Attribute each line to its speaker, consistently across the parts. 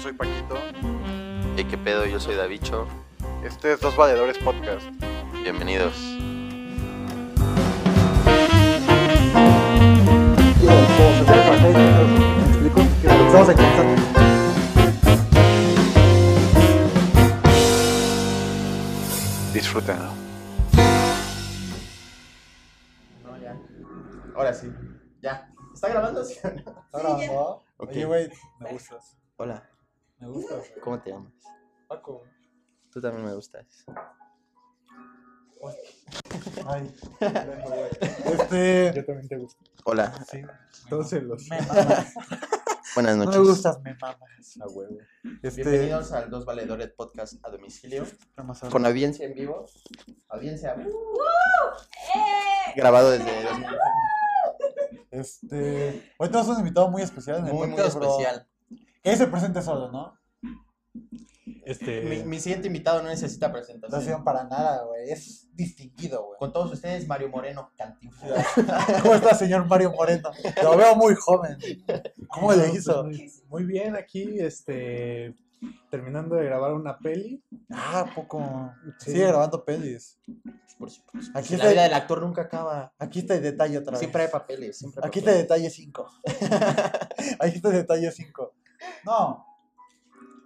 Speaker 1: soy Paquito.
Speaker 2: Hey, qué pedo, yo soy Davicho.
Speaker 1: Este es Dos Valedores Podcast.
Speaker 2: Bienvenidos.
Speaker 3: Digo, como se debe hacer, ¿me explico? Que estamos aquí, estamos-
Speaker 1: Disfrútenlo.
Speaker 4: No, ya. Ahora sí. Ya. ¿Está grabando? Sí, o no?
Speaker 5: Ahora,
Speaker 6: ¿ah?
Speaker 5: ¿va?
Speaker 4: Ok.
Speaker 5: Oye, güey, me gustas.
Speaker 4: Hola,
Speaker 5: Me gustas, güey.
Speaker 4: ¿cómo te llamas?
Speaker 5: Paco.
Speaker 4: Tú también me gustas.
Speaker 5: Ay, tremendo, güey. Este.
Speaker 6: Yo también te gusta.
Speaker 4: Hola,
Speaker 5: Sí,
Speaker 6: Entonces los.
Speaker 5: me mamas.
Speaker 4: buenas
Speaker 5: No
Speaker 4: noches.
Speaker 5: me gustas, me mamas.
Speaker 6: A huevo.
Speaker 5: Este.
Speaker 4: Bienvenidos al Dos Valedores Podcast a domicilio.
Speaker 5: vamos a-
Speaker 4: Con audiencia en vivo. Audiencia
Speaker 7: ¡Eh!
Speaker 4: grabado desde 2000.
Speaker 5: Este. Hoy tenemos un invitado muy especial en el
Speaker 4: Muy, muy
Speaker 5: podcast, bro.
Speaker 4: especial.
Speaker 5: Que él se presente solo, ¿no?
Speaker 6: Este.
Speaker 4: Mi, mi siguiente invitado no necesita
Speaker 5: No
Speaker 4: presentación.
Speaker 5: sirven para nada, güey. Es distinguido, güey.
Speaker 4: Con todos ustedes, Mario Moreno Cantinflas.
Speaker 5: ¿Cómo está, señor Mario Moreno? Lo veo muy joven. ¿Cómo
Speaker 6: No,
Speaker 5: le
Speaker 6: pues,
Speaker 5: hizo?
Speaker 6: muy, muy bien, aquí, este. Terminando de grabar una peli.
Speaker 5: Ah, ¿a poco.
Speaker 6: Sí.
Speaker 5: Sigue grabando pelis.
Speaker 4: Por supuesto.
Speaker 5: Aquí
Speaker 4: La vida
Speaker 5: está,
Speaker 4: del actor nunca acaba.
Speaker 5: Ah, aquí está el detalle otra vez.
Speaker 4: Siempre hay papeles. Siempre hay
Speaker 5: Aquí está
Speaker 4: papeles.
Speaker 5: detalle 5. Aquí está detalle 5. No,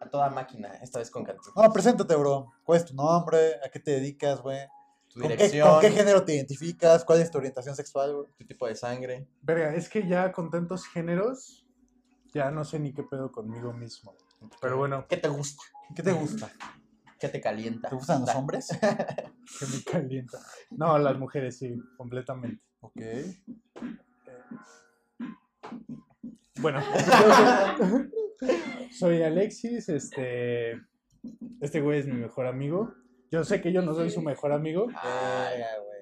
Speaker 4: A toda máquina, esta vez con Cantinflas.
Speaker 5: no, preséntate, bro. ¿Cuál es tu nombre? ¿A qué te dedicas, güey?
Speaker 4: Tu
Speaker 5: ¿Con qué-
Speaker 4: dirección,
Speaker 5: ¿Con qué género te identificas? ¿Cuál es tu orientación sexual, güey?
Speaker 4: tu tipo de sangre.
Speaker 6: Verga, es que ya con tantos géneros. Ya no sé ni qué pedo conmigo mismo. Pero bueno,
Speaker 4: ¿Qué te gusta?
Speaker 5: ¿Qué te gusta?
Speaker 4: ¿Qué te calienta? Ah,
Speaker 5: ¿Te gustan los
Speaker 4: Da-
Speaker 5: hombres?
Speaker 6: que me calienta. No, las mujeres sí, completamente.
Speaker 5: Ok.
Speaker 6: Bueno, yo soy- soy Alexis, este. Este güey es mi mejor amigo. Yo sé que yo no soy su mejor amigo.
Speaker 4: Ay,
Speaker 5: Verga, güey.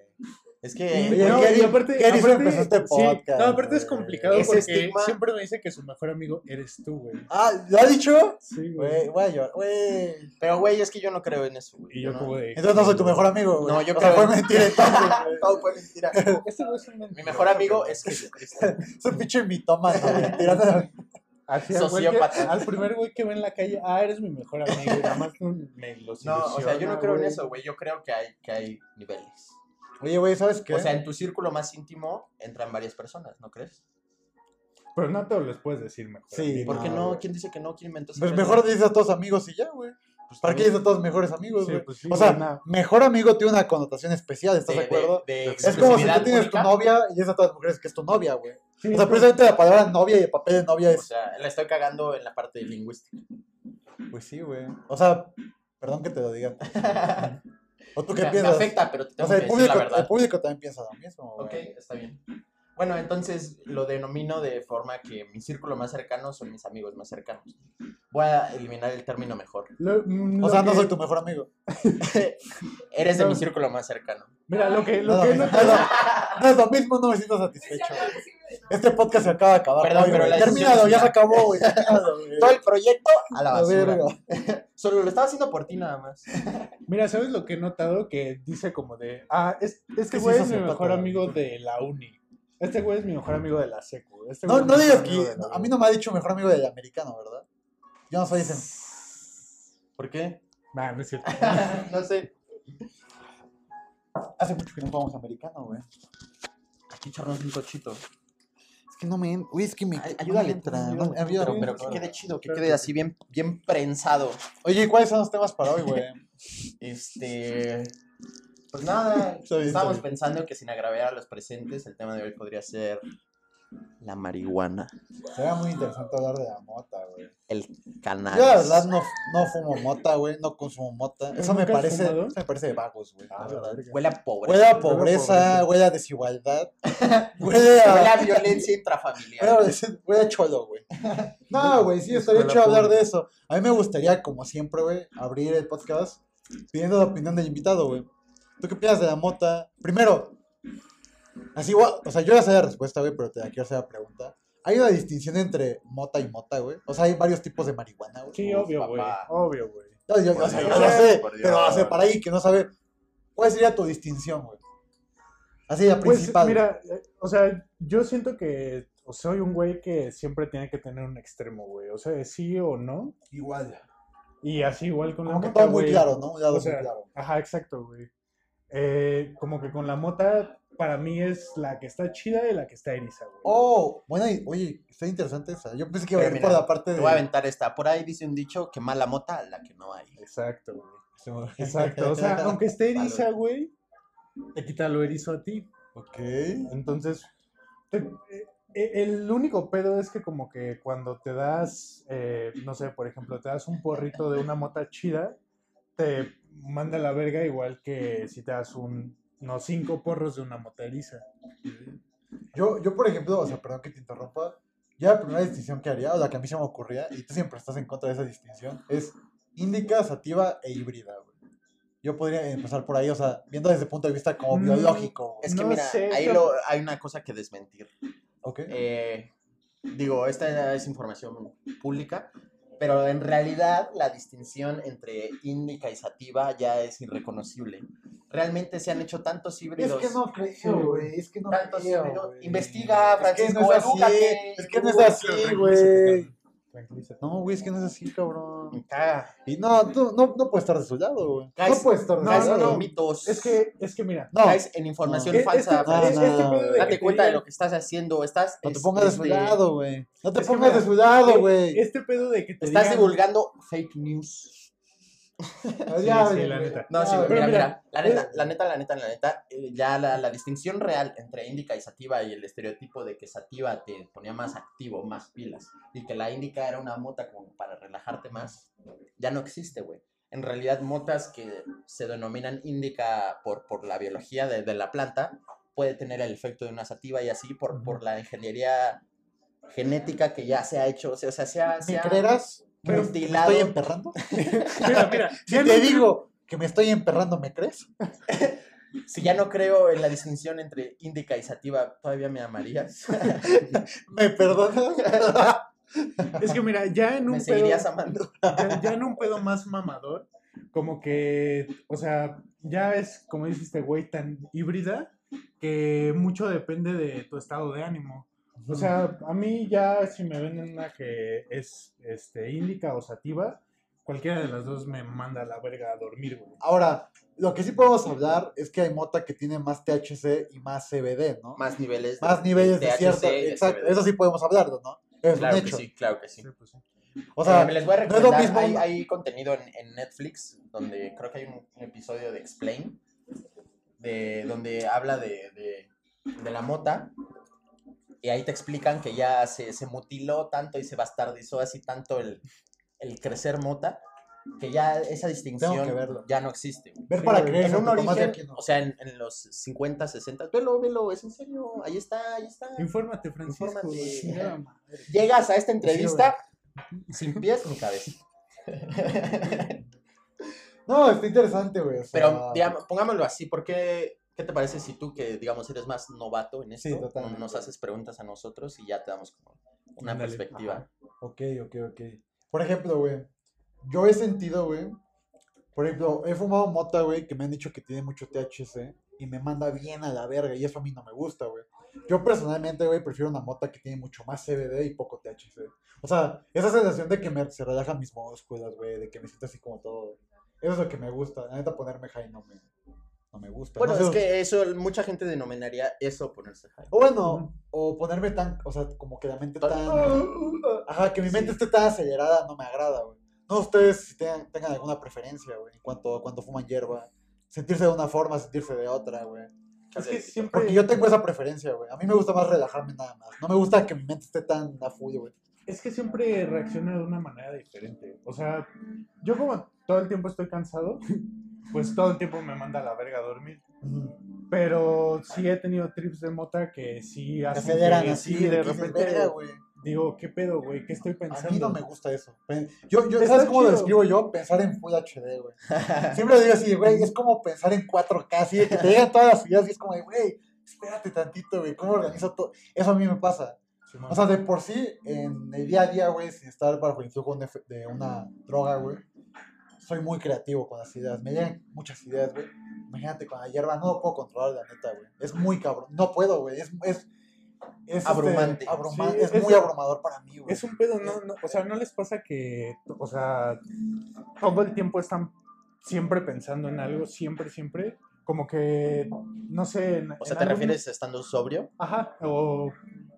Speaker 4: es
Speaker 6: Y,
Speaker 4: que
Speaker 5: Oye,
Speaker 6: no,
Speaker 5: ¿qué
Speaker 6: y
Speaker 5: di-
Speaker 6: aparte,
Speaker 5: qué dices?
Speaker 6: aparte-
Speaker 5: Empezaste
Speaker 6: sí,
Speaker 5: podcast,
Speaker 6: no, aparte es
Speaker 5: güey.
Speaker 6: complicado
Speaker 4: Ese
Speaker 6: porque
Speaker 4: estigma-
Speaker 6: siempre me dice que su mejor amigo eres tú, güey.
Speaker 5: Ah, ¿lo ha dicho?
Speaker 6: Sí,
Speaker 5: Güey, voy a llorar, güey.
Speaker 4: Pero, güey, es que yo no creo en eso, güey.
Speaker 6: Y yo
Speaker 4: no.
Speaker 6: como de...
Speaker 5: Entonces no soy tu mejor amigo, güey.
Speaker 4: No, yo
Speaker 5: o sea,
Speaker 4: creo-
Speaker 5: fue mentira entonces, güey.
Speaker 4: Todo fue mentira.
Speaker 6: Este güey es un mentiroso,
Speaker 4: Mi mejor amigo
Speaker 6: güey.
Speaker 4: es Jesucristo.
Speaker 5: Es un pinche mitómano, güey. Tirando-
Speaker 6: Así al, güey que-
Speaker 4: sociópata.
Speaker 6: al primer güey que ve en la calle, ah, eres mi mejor amigo, y nada más me los
Speaker 4: No, o sea, yo no
Speaker 6: ilusiona,
Speaker 4: creo en
Speaker 6: güey.
Speaker 4: eso, güey. Yo creo que hay, que hay niveles.
Speaker 5: Oye, güey, ¿sabes qué?
Speaker 4: O sea, en tu círculo más íntimo entran varias personas, ¿no crees?
Speaker 6: Pero no todos les puedes decir mejor
Speaker 5: Sí,
Speaker 6: amigo,
Speaker 5: No,
Speaker 4: ¿Por qué no?
Speaker 6: güey.
Speaker 4: ¿Quién dice que no? ¿Quién inventó esa
Speaker 5: Pues
Speaker 4: regla?
Speaker 5: mejor dices a todos amigos y ya, güey.
Speaker 4: Pues
Speaker 5: ¿Para qué
Speaker 4: también
Speaker 5: dices a todos mejores amigos,
Speaker 6: Sí,
Speaker 5: güey?
Speaker 6: pues sí,
Speaker 5: o sea,
Speaker 6: güey, nada.
Speaker 5: mejor amigo tiene una connotación especial, ¿estás de,
Speaker 4: de-
Speaker 5: acuerdo?
Speaker 4: de
Speaker 5: es como si
Speaker 4: exclusividad
Speaker 5: tú tienes
Speaker 4: única.
Speaker 5: tu novia y es a todas las mujeres que es tu novia, güey.
Speaker 6: Sí,
Speaker 5: O sea,
Speaker 6: no,
Speaker 5: precisamente la palabra novia y el papel de novia
Speaker 4: O
Speaker 5: es.
Speaker 4: sea, la estoy cagando en la parte lingüística.
Speaker 5: Pues sí, güey. O sea, perdón que te lo diga. ¿O tú
Speaker 4: O
Speaker 5: qué
Speaker 4: sea, me
Speaker 5: piensas?
Speaker 4: afecta, pero te tengo
Speaker 5: o sea,
Speaker 4: que decir
Speaker 5: el público,
Speaker 4: la verdad.
Speaker 5: el público también piensa lo mismo, güey.
Speaker 4: Ok, está bien. Bueno, entonces lo denomino de forma que mi círculo más cercano son mis amigos más cercanos. Voy a eliminar el término mejor.
Speaker 6: lo- mm,
Speaker 5: O
Speaker 6: lo
Speaker 5: sea, no
Speaker 6: que-
Speaker 5: soy tu mejor amigo.
Speaker 4: Eres de
Speaker 6: No.
Speaker 4: mi círculo más cercano.
Speaker 6: Mira, lo que, lo
Speaker 5: No,
Speaker 6: que
Speaker 5: no,
Speaker 6: no
Speaker 5: no, no es lo mismo, no me siento satisfecho. güey. Este podcast se acaba de acabar.
Speaker 4: Perdón,
Speaker 5: Oye,
Speaker 4: pero
Speaker 5: güey,
Speaker 4: la
Speaker 5: Terminado,
Speaker 4: decisión
Speaker 5: ya
Speaker 4: es
Speaker 5: se acabó, güey. Terminado, Ah, güey.
Speaker 4: Todo el proyecto a la
Speaker 5: A
Speaker 4: basura.
Speaker 5: ver,
Speaker 4: Solo lo estaba haciendo por ti nada más.
Speaker 6: Mira, ¿sabes lo que he notado? Que dice como de, ah, es, este
Speaker 5: sí,
Speaker 6: güey es mi
Speaker 5: sociópata,
Speaker 6: mejor
Speaker 5: güey.
Speaker 6: amigo de la uni. Este güey es mi mejor amigo de la secu. Este
Speaker 5: No,
Speaker 6: güey
Speaker 5: no
Speaker 6: es mi
Speaker 5: digas
Speaker 6: mejor
Speaker 5: que.
Speaker 6: amigo de la
Speaker 5: no, a mí no me ha dicho mejor amigo del americano, ¿verdad? Yo no soy ese.
Speaker 4: ¿Por qué?
Speaker 6: uni. Nah, no es cierto.
Speaker 4: no sé.
Speaker 5: Hace mucho que no jugamos americano, güey.
Speaker 4: Aquí charlas un cochito.
Speaker 5: Es que no me. en- Uy, es que me.
Speaker 4: Ay,
Speaker 5: no
Speaker 4: ayúdale
Speaker 5: me
Speaker 4: tú,
Speaker 5: entra.
Speaker 4: ayúdale
Speaker 5: no-
Speaker 4: tú,
Speaker 5: ayúdame,
Speaker 4: pero, pero que
Speaker 5: ayúdame.
Speaker 4: quede chido, que
Speaker 6: Claro
Speaker 4: quede
Speaker 6: que
Speaker 4: así bien, bien prensado.
Speaker 5: Oye, ¿y ¿cuáles son los temas para hoy, güey?
Speaker 4: Este. Pues nada,
Speaker 5: Está bien, está
Speaker 4: estábamos
Speaker 5: bien.
Speaker 4: pensando que sin agravar a los presentes, el tema de hoy podría ser la marihuana,
Speaker 5: Sería muy interesante hablar de la mota, güey.
Speaker 4: el
Speaker 5: Yo, la
Speaker 4: cannabis.
Speaker 5: verdad, no, no fumo mota, güey. No consumo mota. Eso me
Speaker 6: ¿Nunca has
Speaker 5: parece.
Speaker 6: fumado?
Speaker 5: Eso me parece de vagos, güey. la
Speaker 6: Ah,
Speaker 5: verdad.
Speaker 6: verga.
Speaker 4: Huele a pobreza.
Speaker 5: Huele a
Speaker 6: Huele a
Speaker 5: pobreza,
Speaker 6: pobreza.
Speaker 5: huele a desigualdad. Huele a.
Speaker 4: Huele a violencia intrafamiliar.
Speaker 5: Voy a, decir- voy a cholo, güey. No, güey, sí, estaría
Speaker 6: Escuela
Speaker 5: chido hablar de
Speaker 6: pública.
Speaker 5: eso. A mí me gustaría, como siempre, güey, abrir el podcast pidiendo la opinión del invitado, güey. ¿Tú qué piensas de la mota? Primero, así, gua- o sea, yo ya sé la respuesta, güey, pero te la quiero hacer la pregunta. ¿Hay una distinción entre mota y mota, güey? O sea, hay varios tipos de marihuana, güey.
Speaker 6: Sí,
Speaker 4: Uf,
Speaker 6: obvio, güey.
Speaker 4: papá.
Speaker 6: Obvio, güey.
Speaker 5: No, yo,
Speaker 2: Por
Speaker 5: o sea, yo
Speaker 2: Dios,
Speaker 5: lo sé,
Speaker 2: por Dios.
Speaker 5: pero o sea, para ahí que no sabe, ¿cuál sería tu distinción, güey? Así, la
Speaker 6: Pues
Speaker 5: principal.
Speaker 6: mira, eh, o sea, yo siento que, o soy un güey que siempre tiene que tener un extremo, güey. O sea, de sí o no.
Speaker 5: Igual.
Speaker 6: Y así igual con la
Speaker 5: Como que
Speaker 6: mota,
Speaker 5: todo muy
Speaker 6: güey.
Speaker 5: claro, ¿no? Un lado
Speaker 6: O
Speaker 5: muy
Speaker 6: sea,
Speaker 5: claro.
Speaker 6: Ajá, exacto, güey. Eh, como que con la mota, para mí es la que está chida y la que está eriza, güey.
Speaker 5: Oh, bueno, y- oye, está interesante esa. Yo pensé que iba a
Speaker 4: Pero
Speaker 5: ir
Speaker 4: mira,
Speaker 5: por la parte
Speaker 4: Te
Speaker 5: de.
Speaker 4: voy a aventar esta. Por ahí dice un dicho que mala mota la que no hay.
Speaker 6: Exacto, güey. Exacto. O sea, aunque esté eriza,
Speaker 4: Valor.
Speaker 6: güey, te quita lo erizo a ti.
Speaker 5: Ok.
Speaker 6: Entonces, te- eh, el único pedo es que como que cuando te das, eh, no sé, por ejemplo, te das un porrito de una mota chida, te manda a la verga igual que si te das un, no, cinco porros de una mota eriza.
Speaker 5: Yo, yo, por ejemplo, o sea, perdón que te interrumpa. Ya la primera distinción que haría, o la que a mí se me ocurría, y tú siempre estás en contra de esa distinción, es índica, sativa e híbrida, güey. Yo podría empezar por ahí, o sea, viendo desde el punto de vista como
Speaker 6: Mm,
Speaker 5: biológico, güey.
Speaker 4: Es que
Speaker 6: No
Speaker 4: mira,
Speaker 6: sé,
Speaker 4: ahí
Speaker 6: yo-
Speaker 4: lo, hay una cosa que desmentir.
Speaker 5: Ok.
Speaker 4: Eh, digo, esta es información pública, pero en realidad la distinción entre índica y sativa ya es irreconocible. Realmente se han hecho tantos
Speaker 5: Es
Speaker 4: híbridos.
Speaker 5: que no creo, güey. Es que no
Speaker 4: Tantos
Speaker 5: creo.
Speaker 4: híbridos.
Speaker 5: güey.
Speaker 4: Investiga, Francisco,
Speaker 5: es que no es así.
Speaker 4: edúcate.
Speaker 5: Es que no es así, güey.
Speaker 6: Tranquilízate.
Speaker 5: No, güey, es que no es así, cabrón.
Speaker 4: Me caga.
Speaker 5: Y no, tú no, no puedes estar de su lado, güey. No
Speaker 4: eh, Guys,
Speaker 5: puedes estar de
Speaker 6: no,
Speaker 4: Caes
Speaker 5: su
Speaker 4: en
Speaker 5: lado. güey.
Speaker 4: mitos.
Speaker 6: Es que, es que mira.
Speaker 5: No,
Speaker 4: Caes en información
Speaker 6: es- es
Speaker 4: falsa.
Speaker 6: que-
Speaker 5: No,
Speaker 6: es-
Speaker 5: no,
Speaker 6: este
Speaker 5: no,
Speaker 6: pedo de
Speaker 5: güey.
Speaker 6: que
Speaker 4: Date
Speaker 6: te
Speaker 4: cuenta de
Speaker 6: digan-
Speaker 4: lo que estás haciendo. Estás,
Speaker 5: no te
Speaker 4: este,
Speaker 5: pongas de su
Speaker 4: este,
Speaker 5: lado, güey. No te
Speaker 6: es que
Speaker 5: pongas
Speaker 6: mira,
Speaker 5: de su
Speaker 4: eh,
Speaker 5: lado, güey.
Speaker 6: Este pedo de que te
Speaker 4: Estás
Speaker 6: digan-
Speaker 4: divulgando fake news.
Speaker 5: Ah, Ya,
Speaker 6: sí,
Speaker 5: güey,
Speaker 6: la
Speaker 5: güey.
Speaker 6: neta.
Speaker 4: No, sí, güey, mira,
Speaker 6: Pero mira,
Speaker 4: mira, la neta, la neta, la neta, la neta, eh, ya la, la distinción real entre índica y sativa y el estereotipo de que sativa te ponía más activo, más pilas, y que la índica era una mota como para relajarte más, ya no existe, güey. En realidad, motas que se denominan índica por, por la biología de, de la planta puede tener el efecto de una sativa y así por, por la ingeniería genética que ya se ha hecho, o sea, se ha, se
Speaker 5: ¿Me
Speaker 4: ha
Speaker 5: creerás? que me- que ¿Me
Speaker 4: mutilado.
Speaker 5: estoy emperrando?
Speaker 6: Mira, mira.
Speaker 5: Si te digo que me estoy emperrando, ¿me crees?
Speaker 4: Si ya no creo en la distinción entre índica y sativa, todavía me amarías.
Speaker 5: ¿Me perdonas?
Speaker 6: Es que mira, ya en
Speaker 4: me
Speaker 6: un pedo,
Speaker 4: seguirías amando.
Speaker 6: ya, ya en un pedo más mamador, como que, o sea, ya es, como dijiste, güey, tan híbrida que mucho depende de tu estado de ánimo. O sea, a mí ya si me venden una que es este índica o sativa, cualquiera de las dos me manda a la verga a dormir, güey.
Speaker 5: Ahora, lo que sí podemos hablar es que hay mota que tiene más THC y más CBD, ¿no?
Speaker 4: Más este, niveles.
Speaker 5: Más niveles de
Speaker 4: THC
Speaker 5: cierto.
Speaker 4: y de
Speaker 5: Exacto,
Speaker 4: CBD.
Speaker 5: eso sí podemos hablarlo, ¿no? Es
Speaker 4: Claro
Speaker 5: un
Speaker 4: que
Speaker 5: hecho.
Speaker 4: sí, claro que sí.
Speaker 6: pues, sí.
Speaker 5: O sea,
Speaker 4: Eh, me les voy a
Speaker 5: no es lo
Speaker 4: recomendar,
Speaker 5: mismo
Speaker 4: hay,
Speaker 5: una-
Speaker 4: hay contenido en, en Netflix donde creo que hay un, un episodio de Explain, de, donde habla de, de- de la mota, y ahí te explican que ya se, se mutiló tanto y se bastardizó así tanto el, el crecer mota, que ya esa distinción
Speaker 5: verlo.
Speaker 4: ya no existe. güey.
Speaker 5: ver
Speaker 6: Sí,
Speaker 5: para
Speaker 6: güey,
Speaker 5: creer,
Speaker 4: en un
Speaker 5: Santo Tomás de
Speaker 4: origen,
Speaker 5: Aquino.
Speaker 4: o sea, en, en los 50, 60, velo, velo, es en serio, ahí está, ahí está.
Speaker 6: Infórmate, Francisco.
Speaker 4: Infórmate.
Speaker 6: güey, chingada madre.
Speaker 4: Llegas a esta entrevista sin pies ni cabeza.
Speaker 5: No, está interesante, güey. o sea,
Speaker 4: Pero digamos, pongámoslo así, ¿por qué, qué te parece si tú que, digamos, eres más novato en esto,
Speaker 5: Sí, totalmente.
Speaker 4: nos haces preguntas a nosotros y ya te damos como una
Speaker 6: Ándale,
Speaker 4: perspectiva?
Speaker 6: ajá.
Speaker 5: Ok, ok, ok. Por ejemplo, güey, yo he sentido, güey, por ejemplo, he fumado mota, güey, que me han dicho que tiene mucho THC y me manda bien a la verga y eso a mí no me gusta, güey. Yo personalmente, güey, prefiero una mota que tiene mucho más CBD y poco THC. O sea, esa sensación de que me, se relajan mis músculos, güey, de que me siento así como todo. Eso es lo que me gusta. La neta, ponerme high no me, no me gusta.
Speaker 4: Bueno,
Speaker 5: No sé
Speaker 4: es que eso, mucha gente denominaría eso ponerse high.
Speaker 5: O bueno, o ponerme tan, o sea, como que la mente tan... Ajá, que mi mente esté tan acelerada no me agrada, güey. No ustedes si tengan, tengan alguna preferencia, güey, en cuanto a cuando fuman hierba. Sentirse de una forma, sentirse de otra, güey.
Speaker 6: Es que siempre...
Speaker 5: Porque yo tengo esa preferencia, güey. A mí me gusta más relajarme nada más. No me gusta que mi mente esté tan a full, güey.
Speaker 6: Es que siempre reacciona de una manera diferente. O sea, yo como todo el tiempo estoy cansado, pues todo el tiempo me manda a la verga a dormir. Pero sí he tenido trips de mota que sí
Speaker 5: Me
Speaker 6: hacen
Speaker 5: aceleran
Speaker 6: que
Speaker 5: así,
Speaker 6: sí, de
Speaker 5: que dices,
Speaker 6: repente
Speaker 5: "Verga, güey.
Speaker 6: digo, ¿qué pedo, güey? ¿Qué estoy pensando?
Speaker 5: A mí no me gusta eso. Pen- Yo, yo,
Speaker 6: Está
Speaker 5: ¿Sabes cómo lo
Speaker 6: chido.
Speaker 5: describo yo? Pensar en Full HD, güey. Siempre lo digo así, güey, es como pensar en 4K, así de que te llegan todas las ideas y es como, de, güey, espérate tantito, güey, ¿cómo organizo todo? Eso a mí me pasa.
Speaker 6: Simón.
Speaker 5: O sea, de por sí, en el día a día, güey, sin estar bajo el influjo de efe- de una droga, güey, soy muy creativo con las ideas. Me llegan muchas ideas, güey. Imagínate, con la hierba no lo puedo controlar, la neta, güey. Es muy cabrón. No puedo, güey. Es, es,
Speaker 6: es este,
Speaker 4: Abrumante.
Speaker 5: Abruma-
Speaker 6: Sí,
Speaker 5: es,
Speaker 6: es-
Speaker 5: muy abrumador para mí, güey.
Speaker 6: es un pedo, no, no, o sea, ¿no les pasa que, o sea, todo el tiempo están siempre pensando en algo, siempre, siempre? Como que, no sé. en-
Speaker 4: O sea,
Speaker 6: en
Speaker 4: ¿te
Speaker 6: algún-
Speaker 4: refieres estando sobrio?
Speaker 6: Ajá, o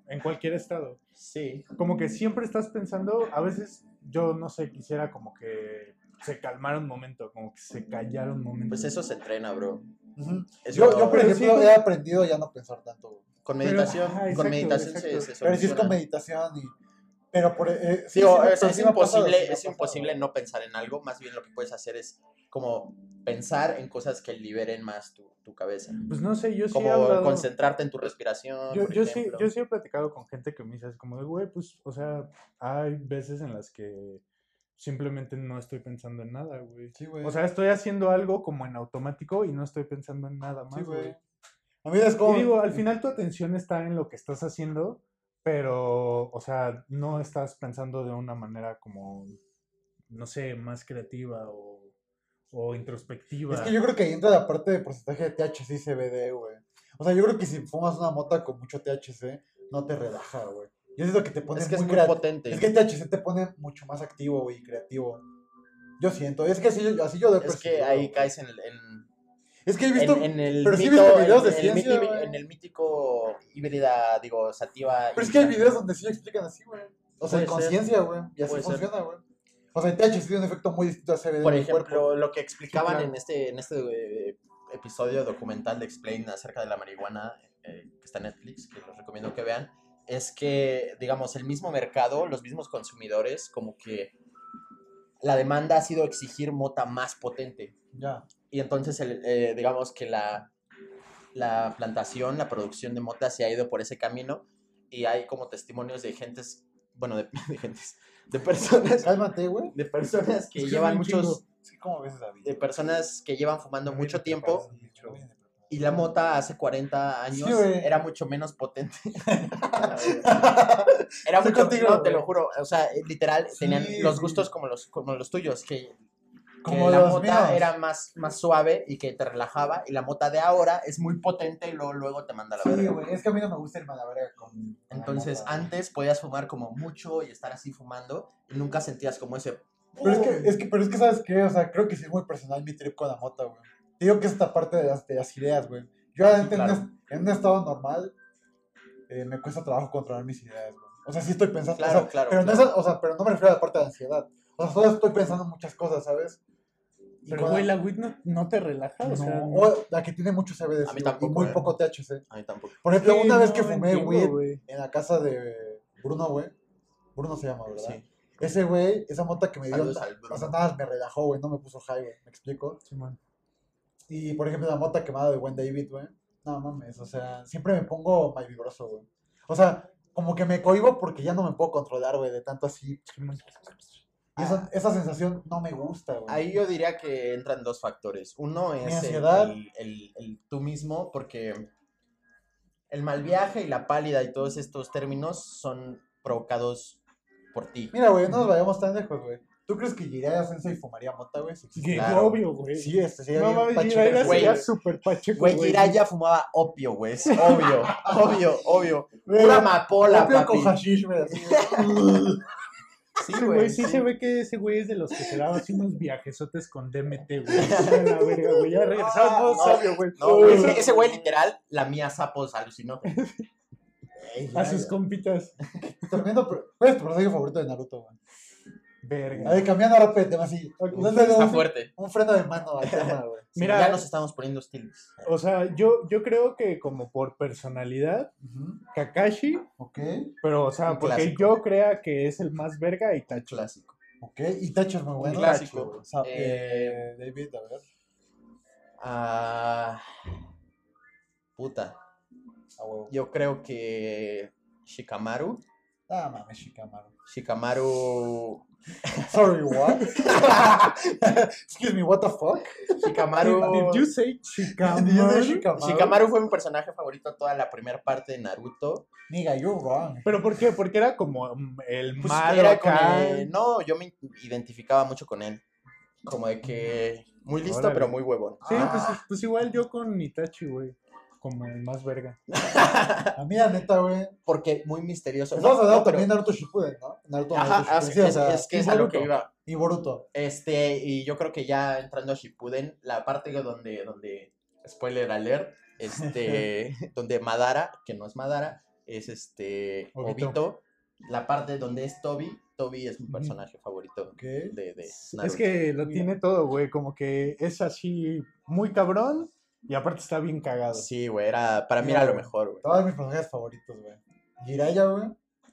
Speaker 6: en cualquier estado.
Speaker 4: Sí.
Speaker 6: Como que siempre estás pensando, a veces yo no sé, quisiera como que se calmara un momento, como que se callara un momento.
Speaker 4: Pues eso se entrena, bro.
Speaker 5: Ujú.
Speaker 4: Eso-
Speaker 5: Yo, yo, por
Speaker 6: Pero
Speaker 5: ejemplo,
Speaker 6: sí,
Speaker 5: he aprendido ya no pensar tanto, güey.
Speaker 4: Con
Speaker 6: Pero-
Speaker 4: meditación,
Speaker 6: ajá, exacto,
Speaker 4: con meditación
Speaker 6: exacto.
Speaker 4: se, se
Speaker 5: Pero sí es con
Speaker 4: soluciona.
Speaker 5: meditación y... Pero por... eh, sí,
Speaker 4: Digo,
Speaker 5: sí me-
Speaker 4: es, es
Speaker 5: sí me ha pasado,
Speaker 4: imposible,
Speaker 5: sí me ha
Speaker 4: es
Speaker 5: pasado.
Speaker 4: imposible no pensar en algo. Más bien lo que puedes hacer es como pensar en cosas que liberen más tu, tu cabeza.
Speaker 6: Pues no sé, yo sí he
Speaker 4: Como
Speaker 6: hablado-
Speaker 4: concentrarte en tu respiración.
Speaker 6: Yo,
Speaker 4: por
Speaker 6: yo sí,
Speaker 4: ejemplo.
Speaker 6: yo sí he platicado con gente que me dice así como de, güey, pues, o sea, hay veces en las que simplemente no estoy pensando en nada, güey.
Speaker 5: Sí, güey.
Speaker 6: O sea, estoy haciendo algo como en automático y no estoy pensando en nada más,
Speaker 5: sí,
Speaker 6: güey.
Speaker 5: güey. A mí es como...
Speaker 6: Y digo, al final tu atención está en lo que estás haciendo, pero, o sea, no estás pensando de una manera como, no sé, más creativa o, o introspectiva.
Speaker 5: Es que yo creo que ahí entra la parte de porcentaje de THC y CBD, güey. O sea, yo creo que si fumas una mota con mucho THC, no te relaja, güey. Yo siento que te pone
Speaker 4: es que es
Speaker 5: muy
Speaker 4: muy
Speaker 5: creati-
Speaker 4: potente.
Speaker 5: Es que el THC te pone mucho más activo, güey, y creativo. Yo siento. Es que así, yo- así yo lo he percibido,
Speaker 4: ahí
Speaker 5: güey.
Speaker 4: caes en, el- en,
Speaker 5: Es que he visto...
Speaker 4: en- en el
Speaker 5: pero sí he
Speaker 4: mito,
Speaker 5: visto videos
Speaker 4: en,
Speaker 5: de
Speaker 4: en el miti-
Speaker 5: ciencia, güey.
Speaker 4: en el mítico híbrida, digo, sativa.
Speaker 5: Pero es que hay
Speaker 4: híbrida.
Speaker 5: videos donde sí lo explican así, güey. O sea,
Speaker 4: Puede
Speaker 5: en conciencia, güey. Y así
Speaker 4: Puede ser.
Speaker 5: funciona, güey. O sea, el THC tiene un efecto muy distinto a CBD
Speaker 4: Por
Speaker 5: en el cuerpo.
Speaker 4: ejemplo, lo que explicaban
Speaker 5: claro.
Speaker 4: en este, en este eh, episodio documental de Explain acerca de la marihuana, eh, que está en Netflix, que los recomiendo que vean, es que, digamos, el mismo mercado, los mismos consumidores, como que la demanda ha sido exigir mota más potente.
Speaker 5: Ya.
Speaker 4: Y entonces, el, eh, digamos que la, la plantación, la producción de mota se ha ido por ese camino y hay como testimonios de gentes, bueno, de, de gentes, de personas,
Speaker 5: Cálmate, güey.
Speaker 4: de personas que
Speaker 5: Es que
Speaker 4: llevan
Speaker 5: es un chingo.
Speaker 4: muchos
Speaker 5: Es que como ves a vida.
Speaker 4: de personas que llevan fumando mucho tiempo y la
Speaker 5: mota
Speaker 4: mota hace 40 años
Speaker 5: Sí, güey.
Speaker 4: era mucho menos potente. era
Speaker 5: Estoy
Speaker 4: mucho
Speaker 5: contigo,
Speaker 4: no, te
Speaker 5: güey.
Speaker 4: lo juro, o sea, eh, literal tenían
Speaker 5: Sí,
Speaker 4: los
Speaker 5: sí.
Speaker 4: gustos como los como los tuyos que que
Speaker 5: Como
Speaker 4: la
Speaker 5: los
Speaker 4: mota
Speaker 5: míos.
Speaker 4: era más, más suave y que te relajaba y la mota de ahora es muy potente y luego, luego te manda a la
Speaker 5: Sí,
Speaker 4: verga.
Speaker 5: güey, Ah, es que a mí no me gusta el malabareo con. con
Speaker 4: Entonces,
Speaker 5: la mota.
Speaker 4: antes podías fumar como mucho y estar así fumando y nunca sentías como ese
Speaker 5: Pero es, que, es que, pero es que, ¿sabes qué? O sea, creo que sí es muy personal mi trip con la mota, güey. Te digo que es esta parte de las, de las ideas, güey. Yo, realmente en,
Speaker 4: claro.
Speaker 5: un es- en un estado normal, eh, me cuesta trabajo controlar mis ideas, güey. O sea, sí estoy pensando. o
Speaker 4: Claro,
Speaker 5: sea,
Speaker 4: claro,
Speaker 5: Pero, No
Speaker 4: claro.
Speaker 5: es- o sea, pero no me refiero a la parte de la ansiedad. O sea, solo estoy pensando en muchas cosas, ¿sabes? Y
Speaker 6: Pero,
Speaker 5: con
Speaker 6: güey, la weed no, no te relaja,
Speaker 5: no,
Speaker 6: o sea... no-
Speaker 5: o la que tiene mucho CBD
Speaker 4: A mí
Speaker 5: sí,
Speaker 4: tampoco,
Speaker 5: y muy
Speaker 4: eh.
Speaker 5: poco THC.
Speaker 4: a mí tampoco.
Speaker 5: Por ejemplo,
Speaker 6: Sí,
Speaker 5: una vez
Speaker 6: no
Speaker 5: que fumé,
Speaker 6: entiendo,
Speaker 5: güey,
Speaker 6: güey.
Speaker 5: en la casa de Bruno, güey. Bruno se llama, ¿verdad?
Speaker 4: Sí.
Speaker 5: Ese güey, esa mota que me dio,
Speaker 4: Saludos
Speaker 5: na-
Speaker 4: al Bruno.
Speaker 5: o sea, nada, más me relajó, güey, no me puso high, güey, ¿me explico? Y, por ejemplo, la mota quemada de Gwen David, güey, no mames, o sea, siempre me pongo mal vibroso, güey. O sea, como que me cohibo porque ya no me puedo controlar, güey, de tanto así. Y esa,
Speaker 4: Ah.
Speaker 5: esa sensación no me gusta, güey.
Speaker 4: Ahí yo diría que entran dos factores. Uno es el-
Speaker 5: ansiedad.
Speaker 4: El, el- el tú mismo, porque el mal viaje y la pálida y todos estos términos son provocados por ti.
Speaker 5: Mira, güey, no nos vayamos tan lejos, güey. ¿Tú crees que Jiraiya Sensei fumaría mota, güey? Si
Speaker 6: Que
Speaker 5: existiera?
Speaker 4: Claro.
Speaker 6: obvio, güey.
Speaker 5: Sí, este sería
Speaker 6: no
Speaker 5: bien
Speaker 6: mames,
Speaker 5: pacheco,
Speaker 6: Jiraiya
Speaker 5: güey.
Speaker 6: sería
Speaker 4: güey.
Speaker 6: súper pacheco,
Speaker 4: Güey, Jiraya fumaba opio, güey. Es obvio, obvio, obvio.
Speaker 5: Güey,
Speaker 4: Pura amapola,
Speaker 5: propio
Speaker 4: papi.
Speaker 5: con hashish, güey, así,
Speaker 4: Sí,
Speaker 6: Ese
Speaker 4: güey.
Speaker 6: güey, sí,
Speaker 4: sí.
Speaker 6: se ve que ese güey es de los que se daba así unos viajesotes con DMT, güey. A la verga, güey. Ya regresamos,
Speaker 4: Ah, no,
Speaker 6: sabio, güey.
Speaker 4: No, güey,
Speaker 6: Eso-
Speaker 4: ese- ese güey literal lamía sapos alucinógenos.
Speaker 6: A sus compitas.
Speaker 5: Tremendo, pero- ¿cuál es tu personaje favorito de Naruto, güey? A
Speaker 6: Verga.
Speaker 5: ver, cambiando ahora de tema así. dándole
Speaker 4: Está
Speaker 5: un,
Speaker 4: fuerte.
Speaker 5: un freno de mano al tema, güey.
Speaker 4: Sí,
Speaker 6: Mira,
Speaker 4: ya nos estamos poniendo hostiles.
Speaker 6: o sea, yo, yo creo que como por personalidad,
Speaker 5: Ujú,
Speaker 6: Kakashi,
Speaker 5: Ok,
Speaker 6: pero o sea,
Speaker 4: Un
Speaker 6: porque
Speaker 4: clásico.
Speaker 6: yo crea que es el más verga y Tachi.
Speaker 4: Clásico.
Speaker 5: ok. Y Tacho es muy bueno.
Speaker 4: clásico.
Speaker 5: Tacho, güey. Sa-
Speaker 4: Eh,
Speaker 5: eh, David, a ver.
Speaker 4: Ah. Puta.
Speaker 5: A huevo.
Speaker 4: Yo creo que Shikamaru.
Speaker 5: Ah, mames, Shikamaru.
Speaker 4: Shikamaru.
Speaker 5: Sorry, what? Excuse me, what the fuck?
Speaker 6: Did you
Speaker 4: Shikamaru.
Speaker 6: say
Speaker 5: Dice
Speaker 6: Shikamaru?
Speaker 5: Shikamaru.
Speaker 4: Shikamaru fue mi personaje favorito toda la primera parte de Naruto.
Speaker 5: Nigga, you're wrong.
Speaker 6: ¿Pero por qué? Porque era como mm, el
Speaker 4: Pues
Speaker 6: malo
Speaker 4: era con
Speaker 6: acá.
Speaker 4: el- No, yo me identificaba mucho con él. Como de que muy listo,
Speaker 6: Órale.
Speaker 4: pero muy huevón.
Speaker 6: Sí, pues, pues igual yo con Itachi, güey. como el más verga.
Speaker 5: A mí, la neta, güey.
Speaker 4: Porque muy misterioso.
Speaker 5: Estamos hablando
Speaker 4: pero-
Speaker 5: también de Naruto Shippuden, ¿no? Naruto,
Speaker 4: Ajá,
Speaker 5: Naruto
Speaker 4: es,
Speaker 5: Shippuden, sí, o
Speaker 4: es-
Speaker 5: sea,
Speaker 4: es que
Speaker 5: y
Speaker 4: es a lo
Speaker 5: Boruto,
Speaker 4: que iba.
Speaker 5: Y Boruto.
Speaker 4: Este, y yo creo que ya entrando a Shippuden, la parte donde, donde spoiler alert, este, donde Madara, que no es Madara, es este, Obito.
Speaker 6: Obito.
Speaker 4: la parte donde es Toby, Toby es mi
Speaker 6: Ujú.
Speaker 4: personaje favorito
Speaker 5: Ok.
Speaker 4: de, de
Speaker 6: Es
Speaker 4: Naruto.
Speaker 6: que lo tiene todo, güey. Como que es así muy cabrón y aparte está bien cagado.
Speaker 4: Sí, güey, era, para mí era lo mejor, güey.
Speaker 5: Todos mis personajes favoritos, güey. Jiraiya, güey.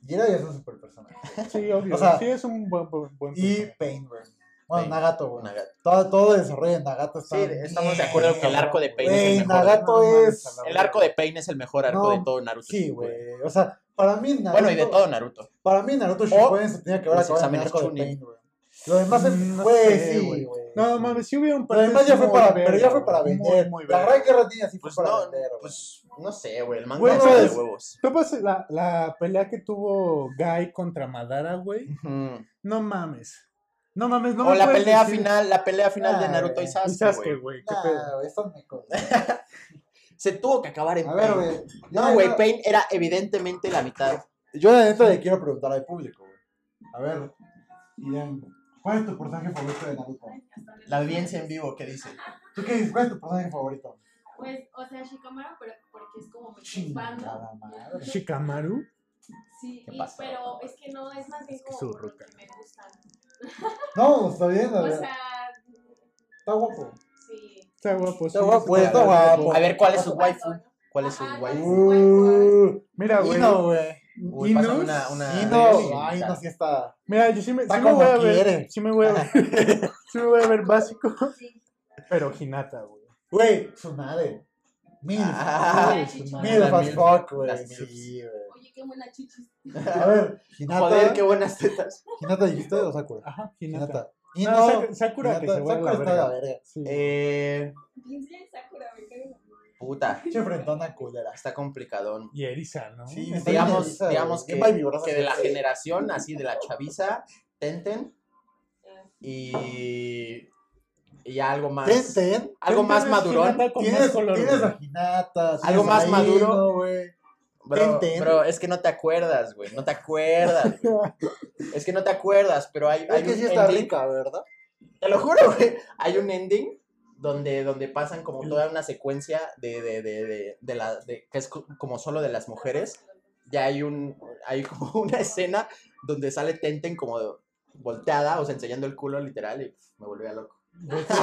Speaker 5: Jiraiya es un super personaje.
Speaker 6: Sí, obvio.
Speaker 5: O sea,
Speaker 6: sí, es un buen, buen, buen
Speaker 5: Y
Speaker 6: personaje.
Speaker 5: Pain, güey. Bueno,
Speaker 4: Pain.
Speaker 5: Nagato, güey.
Speaker 4: Nagato.
Speaker 5: Todo, todo el desarrollo de Nagato está.
Speaker 4: Sí, estamos de
Speaker 5: bien,
Speaker 4: acuerdo que el arco de Pain es
Speaker 5: Güey,
Speaker 4: el mejor.
Speaker 5: Nagato
Speaker 6: No mames,
Speaker 5: es.
Speaker 6: a la
Speaker 4: El arco de Pain es el mejor arco
Speaker 5: No,
Speaker 4: de todo Naruto.
Speaker 5: Sí,
Speaker 4: Shippuden.
Speaker 5: güey. O sea, para mí Naruto.
Speaker 4: Bueno, y de todo Naruto.
Speaker 5: Para mí Naruto Shippuden se tenía que haber
Speaker 4: los
Speaker 5: acabado en el
Speaker 4: exámenes
Speaker 5: arco de
Speaker 4: Chunin.
Speaker 5: Pain, güey. Lo demás es.
Speaker 6: Mm, No
Speaker 5: Güey,
Speaker 6: sé,
Speaker 5: sí,
Speaker 6: güey.
Speaker 5: Mm, güey.
Speaker 6: No, mames, sí hubieron
Speaker 5: Lo demás ya fue
Speaker 6: muy
Speaker 5: para,
Speaker 6: verga,
Speaker 5: pero ya fue para
Speaker 6: güey, muy,
Speaker 5: vender.
Speaker 6: muy
Speaker 5: la
Speaker 6: verga.
Speaker 5: Gran Guerra Ninja sí fue
Speaker 4: Pues
Speaker 5: para
Speaker 4: no,
Speaker 5: vender, güey.
Speaker 4: pues no sé, güey, el manga
Speaker 6: Güey,
Speaker 4: es
Speaker 6: no,
Speaker 4: de
Speaker 6: es-
Speaker 4: huevos.
Speaker 6: ¿Tú pasas la, la pelea que tuvo Guy contra Madara, güey?
Speaker 4: Ujú.
Speaker 6: No mames. No mames, no
Speaker 4: o
Speaker 6: me
Speaker 4: la
Speaker 6: puedes
Speaker 4: pelea
Speaker 6: decir-
Speaker 4: final, la pelea final de
Speaker 5: Ah,
Speaker 4: Naruto
Speaker 5: güey.
Speaker 4: y
Speaker 6: Y
Speaker 4: Sasuke,
Speaker 6: Sasuke,
Speaker 4: güey.
Speaker 6: güey, qué pedo.
Speaker 4: pues,
Speaker 5: Nah, Ah, güey, estás me con-
Speaker 4: eh, Se tuvo que acabar en
Speaker 5: A
Speaker 4: Pain.
Speaker 5: ver, güey. yo
Speaker 4: No,
Speaker 5: la
Speaker 4: güey,
Speaker 5: neta-
Speaker 4: Pain era evidentemente la mitad.
Speaker 5: Yo la neta le quiero preguntar al público, güey. A ver, Irán, ¿cuál es tu personaje favorito de Naruto?
Speaker 4: La audiencia en vivo, ¿qué dice?
Speaker 5: ¿Tú qué dices? ¿Cuál es tu personaje favorito?
Speaker 7: Pues, o sea, Shikamaru, pero porque es como me
Speaker 5: Chingada madre.
Speaker 6: Shikamaru.
Speaker 7: Sí,
Speaker 4: ¿Qué
Speaker 7: y-
Speaker 4: pasa?
Speaker 7: pero es que no, es más bien
Speaker 6: Es que
Speaker 7: como
Speaker 6: su
Speaker 7: por lo
Speaker 6: ruca.
Speaker 7: que me gustan.
Speaker 5: No, está bien, a
Speaker 7: O
Speaker 5: ver.
Speaker 7: sea,
Speaker 5: Está guapo.
Speaker 7: sí.
Speaker 6: Está guapo.
Speaker 5: Está
Speaker 6: sí,
Speaker 5: guapo,
Speaker 6: sí,
Speaker 5: está
Speaker 6: sí.
Speaker 5: guapo.
Speaker 4: A ver, ¿cuál es su
Speaker 7: Pato,
Speaker 4: waifu?
Speaker 7: ¿no?
Speaker 4: ¿Cuál es su
Speaker 7: Ajá,
Speaker 4: waifu?
Speaker 5: Uh,
Speaker 6: Mira, güey.
Speaker 5: Ino, güey.
Speaker 4: Uy, pásame una, una...
Speaker 5: Ino,
Speaker 4: una-
Speaker 5: ay, no, sí está.
Speaker 6: Mira, yo sí me,
Speaker 5: Está
Speaker 6: sí me voy
Speaker 5: como
Speaker 6: a ver.
Speaker 5: quiere.
Speaker 6: Sí me voy a ver. sí me voy a ver básico.
Speaker 7: Sí.
Speaker 6: Pero Hinata, güey.
Speaker 5: Güey, su madre. Mil.
Speaker 4: Ah,
Speaker 5: Mil,
Speaker 7: sí,
Speaker 5: su
Speaker 7: sí.
Speaker 5: Mil
Speaker 4: Las
Speaker 5: as
Speaker 4: mil,
Speaker 5: fuck, güey.
Speaker 4: las mil.
Speaker 5: Sí, güey.
Speaker 7: Oye, qué buena chichis.
Speaker 5: A ver,
Speaker 4: Joder, qué
Speaker 5: Hinata.
Speaker 4: buenas tetas.
Speaker 5: ¿Hinata dijiste o Sakura?
Speaker 6: Ajá, Hinata.
Speaker 5: Hinata.
Speaker 6: No,
Speaker 5: Ino,
Speaker 6: Sak- Sakura que se
Speaker 5: Hinata,
Speaker 6: va a la
Speaker 5: Sakura está de la
Speaker 6: verga.
Speaker 5: verga.
Speaker 6: Sí.
Speaker 4: Eh,
Speaker 7: Piensa en Sakura, me cae.
Speaker 4: puta,
Speaker 5: Che frentona culera.
Speaker 4: está complicadón.
Speaker 6: Y Erisa, ¿no?
Speaker 5: Sí,
Speaker 6: Entonces,
Speaker 5: sí.
Speaker 4: Digamos,
Speaker 5: Elisa,
Speaker 4: digamos
Speaker 5: qué
Speaker 4: que,
Speaker 5: vibrosa
Speaker 4: que
Speaker 5: que
Speaker 4: de la
Speaker 5: es.
Speaker 4: generación, así de la chaviza, Tenten
Speaker 7: Eh,
Speaker 4: y... Y algo más...
Speaker 5: Ten, ten.
Speaker 4: Algo
Speaker 6: Tenten
Speaker 4: más
Speaker 6: es
Speaker 4: madurón.
Speaker 6: Hinata con más
Speaker 5: Tienes,
Speaker 6: color,
Speaker 5: tienes
Speaker 6: güey.
Speaker 5: a Hinata,
Speaker 4: Algo
Speaker 5: tienes
Speaker 4: más
Speaker 5: a
Speaker 4: maduro.
Speaker 5: Ino, güey.
Speaker 4: Bro,
Speaker 5: Tenten.
Speaker 4: bro, es que no te acuerdas, güey. No te acuerdas. güey. es que no te acuerdas, pero hay, hay
Speaker 5: Es que
Speaker 4: un
Speaker 5: sí está
Speaker 4: ending-
Speaker 5: rica, ¿verdad?
Speaker 4: Te lo juro, güey. Hay un ending donde, donde pasan como toda una secuencia de, de, de, de, de la, de- que es co- como solo de las mujeres. Ya hay un hay como una escena donde sale Tenten como volteada, o sea, enseñando el culo literal y pff, me volví a loco.
Speaker 6: De sus,